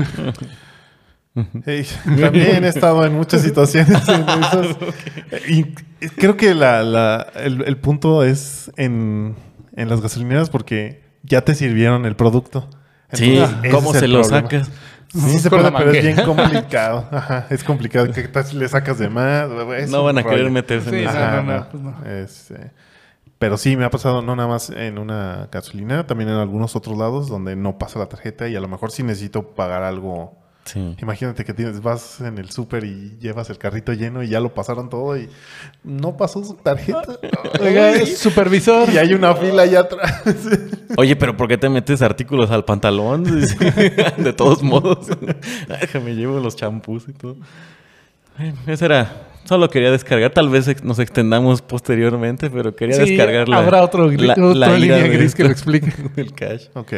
B: Ey, también he estado en muchas situaciones. en esas. Y creo que la- la- el, el punto es en, en las gasolineras porque ya te sirvieron el producto.
A: sí,
B: Entonces, ese
A: ¿cómo
B: es el
A: se lo
B: problema.
A: sacas?
B: Sí se
C: Con
B: puede,
C: la
B: pero es
C: manguera.
B: bien complicado. Ajá, es complicado. ¿Qué tal si le sacas de más? Es
A: No
B: un
A: van a
B: rollo.
A: querer meterse
C: Sí,
A: en eso.
C: no,
B: Ajá,
C: no, no,
B: no.
C: pues no.
B: Es, eh, pero sí, me ha pasado no nada más en una gasolinera, también en algunos otros lados donde no pasa la tarjeta y a lo mejor sí necesito pagar algo.
A: Sí.
B: Imagínate que tienes, vas en el súper y llevas el carrito lleno y ya lo pasaron todo y no pasó su tarjeta.
C: Oiga, es supervisor.
B: y hay una fila allá atrás.
A: Oye, pero ¿por qué te metes artículos al pantalón? De todos modos. Ay, Déjame llevo los champús y todo. Bueno, eso era. Solo quería descargar. Tal vez ex- nos extendamos posteriormente, pero quería
C: Sí,
A: descargar la.
C: Habrá otro gri-
A: la- la
C: otra
A: ira
C: línea
A: de
C: gris que lo
A: esto
C: explique.
A: del cash.
B: ok.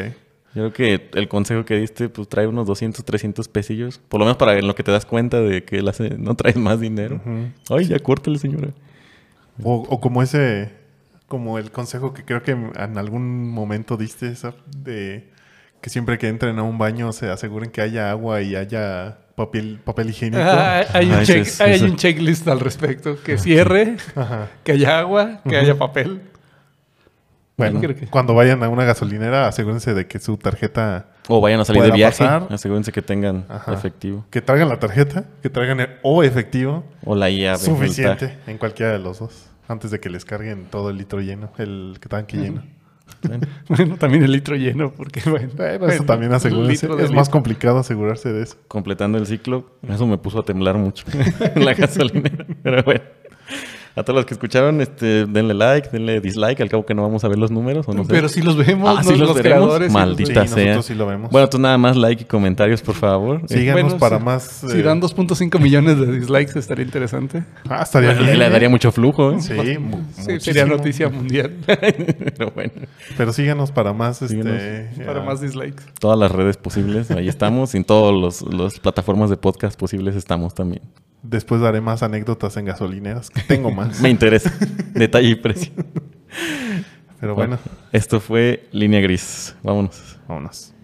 A: Yo creo que el consejo que diste, pues trae unos 200, 300 pesillos. Por lo menos para en lo que te das cuenta de que la se- no traes más dinero.
B: Ujú.
A: Ay, ya córtale, señora.
B: O, o como ese, como el consejo que creo que en algún momento diste, esa de que siempre que entren a un baño se aseguren que haya agua y haya papel, papel higiénico.
C: Ah, hay, un
A: Ah,
C: check-
A: ese es- Ah,
C: hay
A: ese-
C: un checklist al respecto. Que cierre,
B: Ajá.
C: que haya agua, que haya papel.
B: Bueno,
C: Creo que-
B: cuando vayan a una gasolinera, asegúrense de que su tarjeta,
A: O vayan a salir de
B: Pueda
A: viaje.
B: pasar.
A: Asegúrense que tengan
B: Ajá.
A: efectivo.
B: que traigan la tarjeta, que traigan el o efectivo
A: O la IA.
B: suficiente en cualquiera de los dos, antes de que les carguen todo el litro lleno, el tanque lleno.
C: Bueno, también el litro lleno, porque bueno.
B: Bueno, eso también asegúrense.
C: litro de
B: Es más
C: litro.
B: complicado asegurarse de eso.
A: completando el ciclo, eso me puso a temblar mucho en la gasolinera. Pero bueno, a todos los que escucharon, este, denle like, denle dislike, al cabo que no vamos a ver los números o no sé.
C: Pero si los vemos,
A: Ah,
C: ¿no?
A: sí los veremos.
C: sí los
A: Maldita
B: Sí,
A: sea.
B: nosotros sí lo vemos.
A: Bueno, tú nada más like y comentarios, por favor. Eh,
B: Síganos
C: bueno,
B: para
C: sí.
B: más.
C: Si
B: eh,
C: dan 2.5 millones de dislikes estaría interesante.
B: Ah, estaría
A: le-
B: bien.
A: le daría
B: ¿eh?
A: mucho flujo, ¿eh?
B: Sí, mu-
C: Sí, sería
B: muchísimo.
C: noticia mundial.
A: Pero bueno,
B: Pero síganos para más. Este,
A: Síganos.
C: para
B: ya.
C: más dislikes.
A: todas las redes posibles, ahí estamos. En todas las plataformas de podcast posibles estamos también.
B: Después daré más anécdotas en gasolineras. que Tengo más.
A: Me interesa. Detalle y precio.
B: Pero bueno,
A: Esto fue Línea Gris. Vámonos.
B: vámonos.